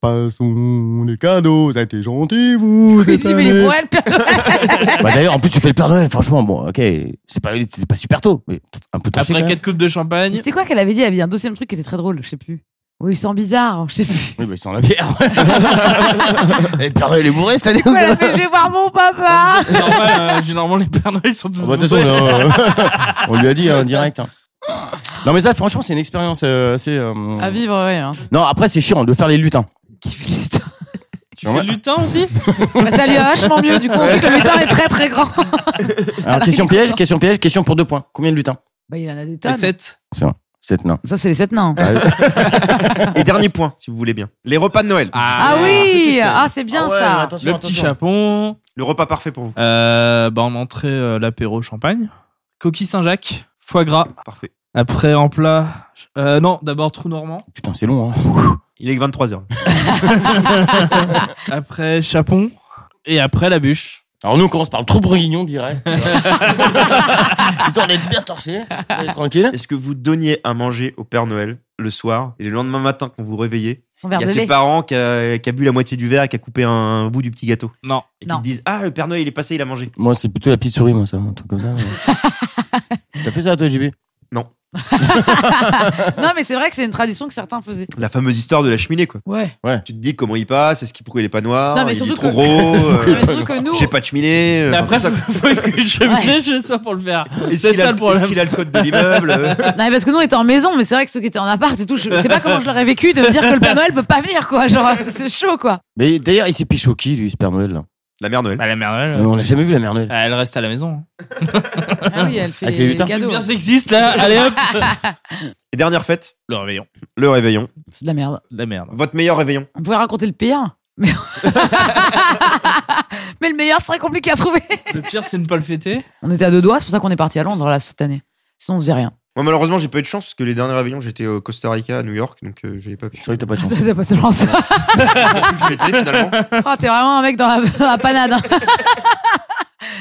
S9: Passons les cadeaux, ça a été gentil, vous.
S2: Il
S9: cette
S2: dit, mais il est
S9: année.
S2: pour elle, Père Noël.
S1: Bah, d'ailleurs, en plus, tu fais le Père Noël, franchement. Bon, ok, c'est pas, c'était pas super tôt, mais un peu torché.
S4: Après
S1: quand même.
S4: quatre coupes de champagne.
S2: C'était quoi qu'elle avait dit Elle avait dit un deuxième truc qui était très drôle, je sais plus. Oui, il sent bizarre, je sais plus.
S1: Oui, mais sans la bière. Et le Père Noël est bourré cette année. ou
S2: Ouais,
S1: quoi
S2: mais je vais voir mon papa.
S4: C'est normal, euh, généralement, les Pères Noël sont tous.
S1: Ah bah, de toute façon,
S4: bourrés.
S1: là, on lui a dit hein, direct. hein. Non mais ça franchement c'est une expérience euh, assez euh,
S2: À vivre, ouais. Hein.
S1: Non après c'est chiant de faire les lutins.
S2: Kiffe le lutin.
S4: Tu fais le lutin aussi
S2: Bah, ça lui va vachement mieux, du coup, on dit que le lutin est très très grand. Ah,
S1: Alors question piège, question piège, question pour deux points. Combien de lutins
S2: Bah, il en a des tonnes.
S4: Les 7.
S1: Sept nains.
S2: Ça, c'est les sept nains.
S3: Et dernier point, si vous voulez bien. Les repas de Noël.
S2: Ah oui
S3: Ah,
S2: Ah, c'est bien ça.
S4: Le petit chapon.
S3: Le repas parfait pour vous.
S4: Euh, bah, en entrée, euh, l'apéro champagne. Coquille Saint-Jacques. Foie gras.
S3: Parfait.
S4: Après, en plat. euh, non, d'abord trou normand.
S1: Putain c'est long hein.
S3: Il est que 23h.
S4: après Chapon et après la bûche.
S1: Alors nous on commence par le trou bourguignon direct. Histoire d'être bien torché. tranquille.
S3: Est-ce que vous donniez à manger au Père Noël le soir et le lendemain matin quand vous vous réveillez
S2: Son
S3: Il
S2: verre
S3: y a
S2: de
S3: tes
S2: lait.
S3: parents qui a, qui a bu la moitié du verre et qui a coupé un, un bout du petit gâteau.
S4: Non.
S3: Et qui te disent Ah, le Père Noël il est passé, il a mangé.
S1: Moi c'est plutôt la petite souris moi ça, un truc comme ça. mais- T'as fait ça toi JB
S3: Non.
S2: non, mais c'est vrai que c'est une tradition que certains faisaient.
S3: La fameuse histoire de la cheminée, quoi.
S2: Ouais.
S1: Ouais.
S3: Tu te dis comment il passe, est-ce qu'il pourquoi il est pas noir,
S2: Non, mais
S3: il est
S2: surtout
S3: trop
S2: que-
S3: gros, euh,
S2: Mais surtout que nous-
S3: j'ai pas de cheminée. euh,
S4: Mais
S3: enfin,
S4: après,
S3: tout ça,
S4: faut,
S3: quoi.
S4: faut que je
S2: Ouais.
S4: vienne chez soi pour le faire.
S3: Est-ce
S4: C'est
S3: qu'il a,
S4: ça le problème.
S3: est-ce qu'il a le code de l'immeuble euh
S2: Non, mais parce que nous on était en maison, mais c'est vrai que ceux qui étaient en appart et tout, je je sais pas comment je l'aurais vécu de me dire que le Père Noël peut pas venir, quoi. Genre, c'est chaud, quoi.
S1: Mais d'ailleurs il s'est piché au qui lui ce Père Noël là
S3: La mère Noël.
S4: Bah, la mère Noël,
S1: Euh, On l'a jamais vu la Mère Noël.
S4: elle reste à la maison. hein.
S2: Ah oui, elle fait
S1: Avec les
S2: des
S1: lutins.
S2: cadeaux.
S4: Bien sexiste là, allez hop
S3: Et dernière fête,
S4: Le réveillon.
S3: le réveillon.
S2: C'est de la merde.
S4: La merde.
S3: Votre meilleur réveillon.
S2: On pouvait raconter le pire, mais. mais le meilleur serait compliqué à trouver.
S4: Le pire, c'est de ne pas le fêter.
S2: On était à deux doigts, c'est pour ça qu'on est parti à Londres là cette année. Sinon on faisait rien.
S3: Moi, malheureusement, j'ai pas eu de chance parce que les derniers réveillons, j'étais au Costa Rica, à New York, donc euh, j'ai pas pu
S1: C'est vrai que t'as pas de chance.
S2: T'as pas de chance.
S3: le fêter finalement.
S2: Oh, T'es vraiment un mec dans la, dans la panade. hein.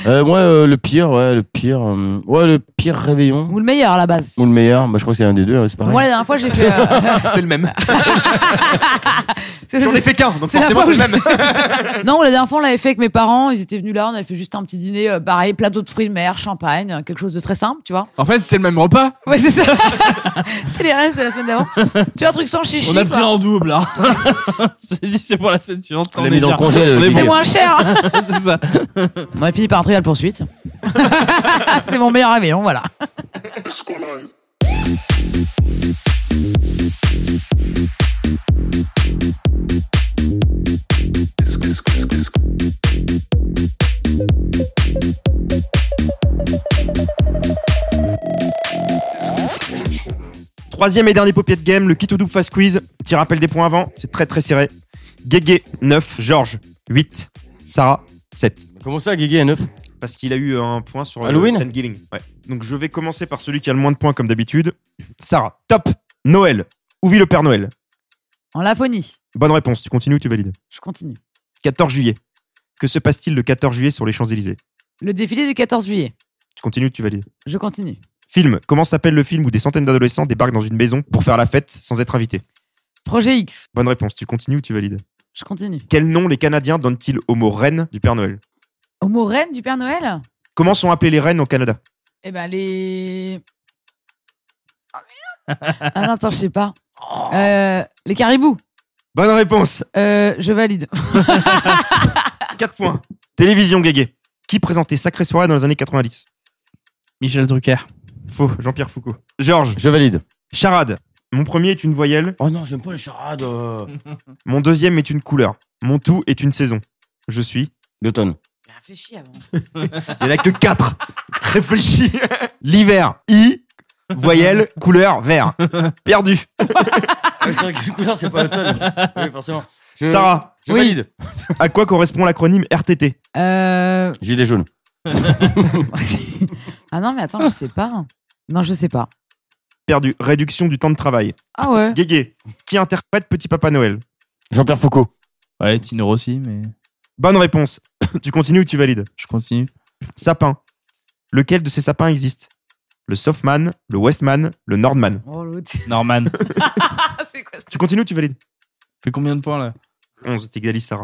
S1: Euh, moi euh, le pire ouais le pire euh, ouais le pire réveillon
S2: Ou le meilleur à la base.
S1: ou le meilleur bah je crois que c'est un des deux ouais, c'est pareil.
S2: Moi la dernière fois j'ai fait. euh,
S3: C'est le même.
S2: c'est-
S3: J'en ai
S2: c'est-
S3: fait qu'un, donc
S2: c'est la
S3: forcément,
S2: fois
S3: c'est
S2: où
S3: le même.
S2: Non, la dernière fois, on l'avait fait avec mes parents. Ils étaient venus là, on avait fait juste un petit dîner, euh, pareil, plateau de fruits de mer, champagne, euh, quelque chose de très simple, tu vois.
S4: En fait, c'était le même repas.
S2: Ouais, c'est ça. C'était les restes de la semaine d'avant. tu vois, un truc sans chichi.
S4: On a pris
S2: quoi.
S4: en double. Hein. c'est dit, c'est pour la semaine suivante.
S1: On l'a mis dans le congé, le
S4: On est
S2: C'est
S1: billet.
S4: bon.
S2: moins cher.
S4: C'est ça.
S2: on a fini par un trial poursuite. c'est mon meilleur avion, voilà.
S3: Troisième et dernier paupier de game, le kit ou double fast quiz. Petit rappel des points avant, c'est très très serré. Guégué, 9. Georges, 8. Sarah, 7.
S1: Comment ça Guigui à 9
S3: Parce qu'il a eu un point sur
S1: Halloween
S3: le Thanksgiving. Ouais. Donc je vais commencer par celui qui a le moins de points comme d'habitude. Sarah, top. Noël. Où vit le Père Noël
S2: En Laponie.
S3: Bonne réponse, tu continues ou tu valides
S2: Je continue.
S3: 14 juillet. Que se passe-t-il le 14 juillet sur les Champs-Élysées
S2: Le défilé du 14 juillet.
S3: Tu continues ou tu valides
S2: Je continue.
S3: Film. Comment s'appelle le film où des centaines d'adolescents débarquent dans une maison pour faire la fête sans être invités
S2: Projet X.
S3: Bonne réponse, tu continues ou tu valides
S2: Je continue.
S3: Quel nom les Canadiens donnent-ils au mot reine du Père Noël
S2: Au mot reine du Père Noël
S3: Comment sont appelées les reines au Canada
S2: Eh ben, les. Ah merde Ah non, attends, je sais pas. Euh, les caribous.
S3: Bonne réponse
S2: Euh, je valide.
S3: 4 points. Télévision Guégué. Qui présentait Sacré Soirée dans les années 90
S4: Michel Drucker.
S3: Faux, Jean-Pierre Foucault. Georges.
S1: Je valide.
S3: Charade. Mon premier est une voyelle,
S1: Oh non, j'aime pas les charades. euh.
S3: mon deuxième est une couleur, mon tout est une saison. Je suis.
S1: D'automne.
S2: Réfléchis avant.
S3: Il n'y en a que 4. Réfléchis. L'hiver. I. Voyelle, couleur, vert. Perdu.
S1: Ah, c'est vrai que couleur, c'est pas l'automne. Oui, forcément.
S3: Sarah,
S1: je
S2: Oui.
S1: valide.
S3: à quoi correspond l'acronyme RTT
S2: Euh...
S1: Gilet jaune.
S2: ah non, mais attends, je sais pas. Non, je sais pas.
S3: Perdu. Réduction du temps de travail.
S2: Ah ouais.
S3: Guégué. Qui interprète Petit Papa Noël
S1: Jean-Pierre Foucault.
S4: Ouais, Tino Rossi, mais
S3: Bonne réponse. tu continues ou tu valides
S4: je continue.
S3: Sapin. Lequel de ces sapins existe Le Softman, le Westman, le Nordman.
S2: Oh l'autre.
S4: Norman.
S2: C'est quoi ça
S3: Tu continues ou tu valides
S4: Fait combien de points là
S3: 11, t'égalises Sarah.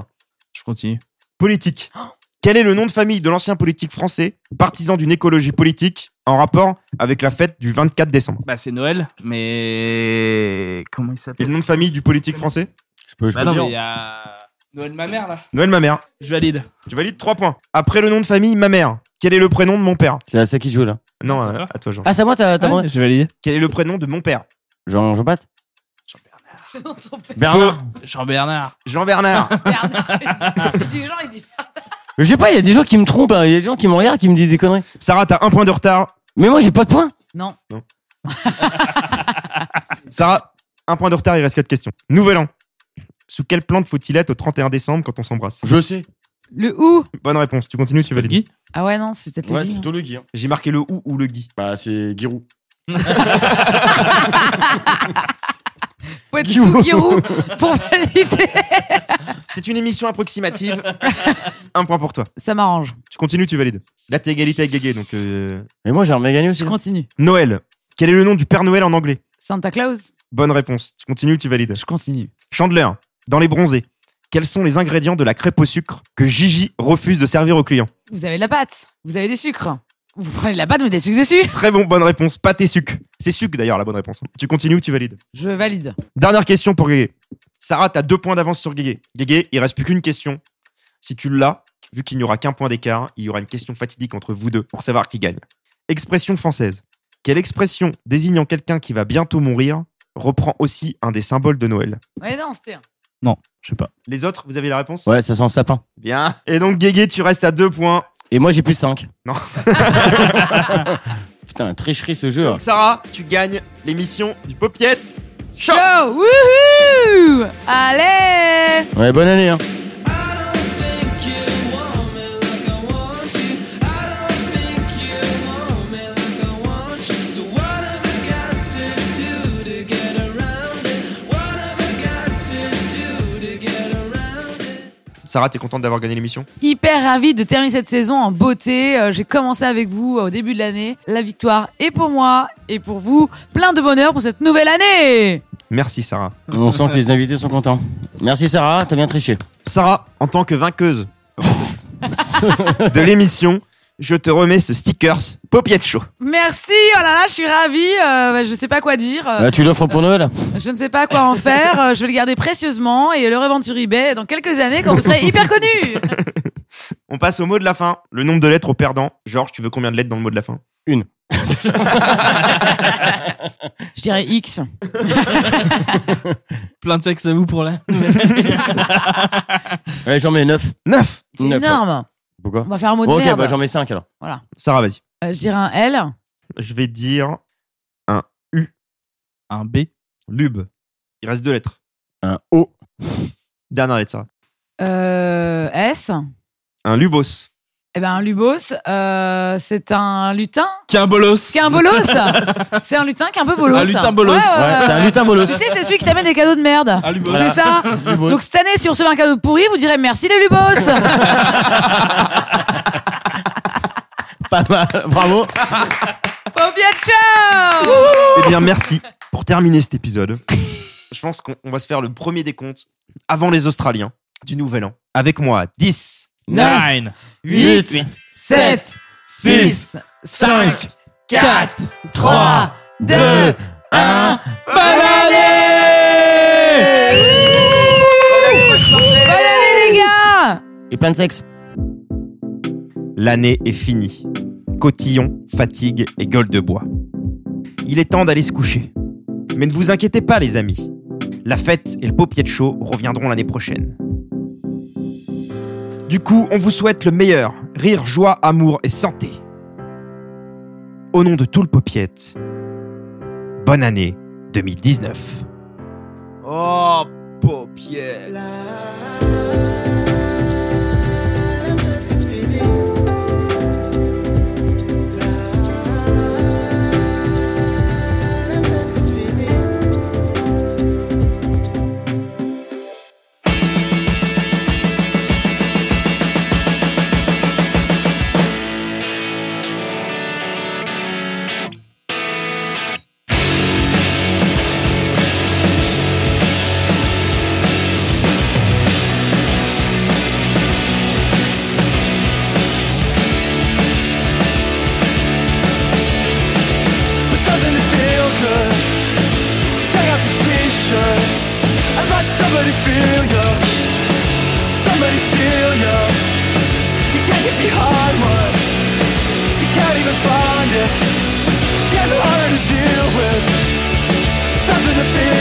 S4: Je continue.
S3: Politique. Quel est le nom de famille de l'ancien politique français, partisan d'une écologie politique, en rapport avec la fête du 24 décembre
S4: Bah, c'est Noël, mais. Comment il
S3: Et
S4: s'appelle
S3: le nom de famille du politique français
S1: Je peux, je
S4: Bah,
S1: peux
S4: non,
S1: le
S4: mais
S1: dire.
S4: il y a. Noël, ma mère là.
S3: Noël ma mère.
S4: Je valide.
S3: Tu valides 3 points. Après le nom de famille, ma mère. Quel est le prénom de mon père
S1: C'est à ça qui se joue là.
S3: Non,
S4: C'est
S3: euh,
S4: toi.
S3: à toi Jean.
S1: Ah, c'est à moi, t'as
S4: Ouais, je valide.
S3: Quel est le prénom de mon père
S1: Jean, Jean Pat
S2: Non, ton père
S1: Bernard.
S4: Jean Bernard.
S3: Jean Bernard.
S2: Bernard. Il dit genre, il dit.
S1: Je sais pas, il y a des gens qui me trompent là. Il y a des gens qui me regardent, qui me disent des conneries.
S3: Sarah, t'as un point de retard.
S1: Mais moi, j'ai pas de points.
S2: Non.
S3: Sarah, un point de retard, il reste 4 questions. Nouvel an. Sous quelle plante faut-il être au 31 décembre quand on s'embrasse
S1: Je sais.
S2: Le ou.
S3: Bonne réponse, tu continues, tu valides.
S4: Guy
S2: Ah ouais, non, c'est peut-être le Guy, hein.
S1: le Guy.
S3: J'ai marqué le ou ou le gui.
S1: Bah, c'est Giroud.
S2: Faut être Sugiro pour valider.
S3: C'est une émission approximative. Un point pour toi.
S2: Ça m'arrange.
S3: Tu continues, tu valides. Là, t'es égalité avec Guégué, donc. euh,
S1: Mais moi, j'aimerais gagner aussi.
S2: Je continue.
S3: Noël. Quel est le nom du Père Noël en anglais
S2: Santa Claus,
S3: Bonne réponse. Tu continues, tu valides.
S2: je continue.
S3: Chandler. Dans les bronzés. Quels sont les ingrédients de la crêpe au sucre que Gigi refuse de servir aux clients
S2: Vous avez de la pâte, vous avez du sucre. Vous prenez de la pâte, vous mettez du sucre dessus.
S3: Très bon, bonne réponse. Pâté sucre. C'est sucre d'ailleurs la bonne réponse. Tu continues ou tu valides
S2: Je valide.
S3: Dernière question pour Guégué. Sarah, t'as deux points d'avance sur Guégué. Guégué, il reste plus qu'une question. Si tu l'as, vu qu'il n'y aura qu'un point d'écart, il y aura une question fatidique entre vous deux pour savoir qui gagne. Expression française. Quelle expression désignant quelqu'un qui va bientôt mourir reprend aussi un des symboles de Noël
S2: Ouais, non, c'était un.
S4: Je sais pas.
S3: Les autres, vous avez la réponse
S1: Ouais, ça sent le sapin.
S3: Bien. Et donc Guégué, tu restes à deux points.
S1: Et moi, j'ai plus 5.
S3: Non.
S1: Putain, la tricherie ce jeu. hein.
S3: Donc Sarah, tu gagnes l'émission du Popiette.
S2: Show Wouhou Allez
S1: Ouais, bonne année. Hein.
S3: Sarah, t'es contente d'avoir gagné l'émission
S2: Hyper ravie de terminer cette saison en beauté. Euh, J'ai commencé avec vous euh, au début de l'année. La victoire est pour moi et pour vous. Plein de bonheur pour cette nouvelle année
S3: Merci Sarah.
S1: On sent que les invités sont contents. Merci Sarah, t'as bien triché.
S3: Sarah, en tant que vainqueuse de l'émission, je te remets ce stickers Popiette Show.
S2: Merci, oh là là, je suis ravie. Euh, bah, je sais pas quoi dire. Euh,
S1: Euh, tu l'offres pour Noël
S2: Je ne sais pas quoi en faire. Euh, je vais le garder précieusement et le revendre sur eBay dans quelques années quand vous serez hyper connu.
S3: On passe au mot de la fin. Le nombre de lettres au perdant. Georges, tu veux combien de lettres dans le mot de la fin
S2: Je dirais X.
S4: Plein de textes à vous pour là.
S1: Ouais, j'en mets 9.
S3: 9
S2: C'est
S1: Neuf,
S2: énorme.
S1: Pourquoi
S2: On va faire un mot de
S1: Ok,
S2: merde.
S1: bah j'en mets 5 alors.
S3: Sarah, vas-y.
S2: Euh, je dirais un L.
S3: Je vais dire
S4: Un B.
S3: lube. Il reste deux lettres.
S1: Un O.
S3: Dernière lettre, Sarah.
S2: Euh, S.
S3: Un lubos.
S2: Eh ben, un lubos, euh, c'est un lutin
S4: Qu'un bolos.
S2: qui est un bolos. c'est un lutin qui est un peu bolos.
S4: Un lutin bolos.
S1: Ouais, c'est un lutin bolos.
S2: Tu sais, c'est celui qui t'amène des cadeaux de merde.
S4: Un Ah, lubos.
S2: C'est ça. Donc cette année, si on recevait un cadeau pourri, vous direz merci les lubos.
S1: Pas mal, bravo.
S2: Au bien ciao.
S3: Eh bien, merci pour terminer cet épisode. Je pense qu'on on va se faire le premier décompte avant les Australiens du Nouvel An. Avec moi, 10,
S4: Nine.
S3: 8,
S2: Sept,
S3: six,
S4: Cinq.
S3: 4,
S2: trois, deux, un. Bonne année Bonne année les gars
S1: Et plein de sexe.
S3: L'année est finie. Cotillon, fatigue et gueule de bois. Il est temps d'aller se coucher. Mais ne vous inquiétez pas, les amis. La fête et le beau pied de chaud reviendront l'année prochaine. Du coup, on vous souhaite le meilleur. Rire, joie, amour et santé. Au nom de tout le Popiette, bonne année 2019. Oh, Popiette
S10: Getting harder to deal with. Stuff in the field.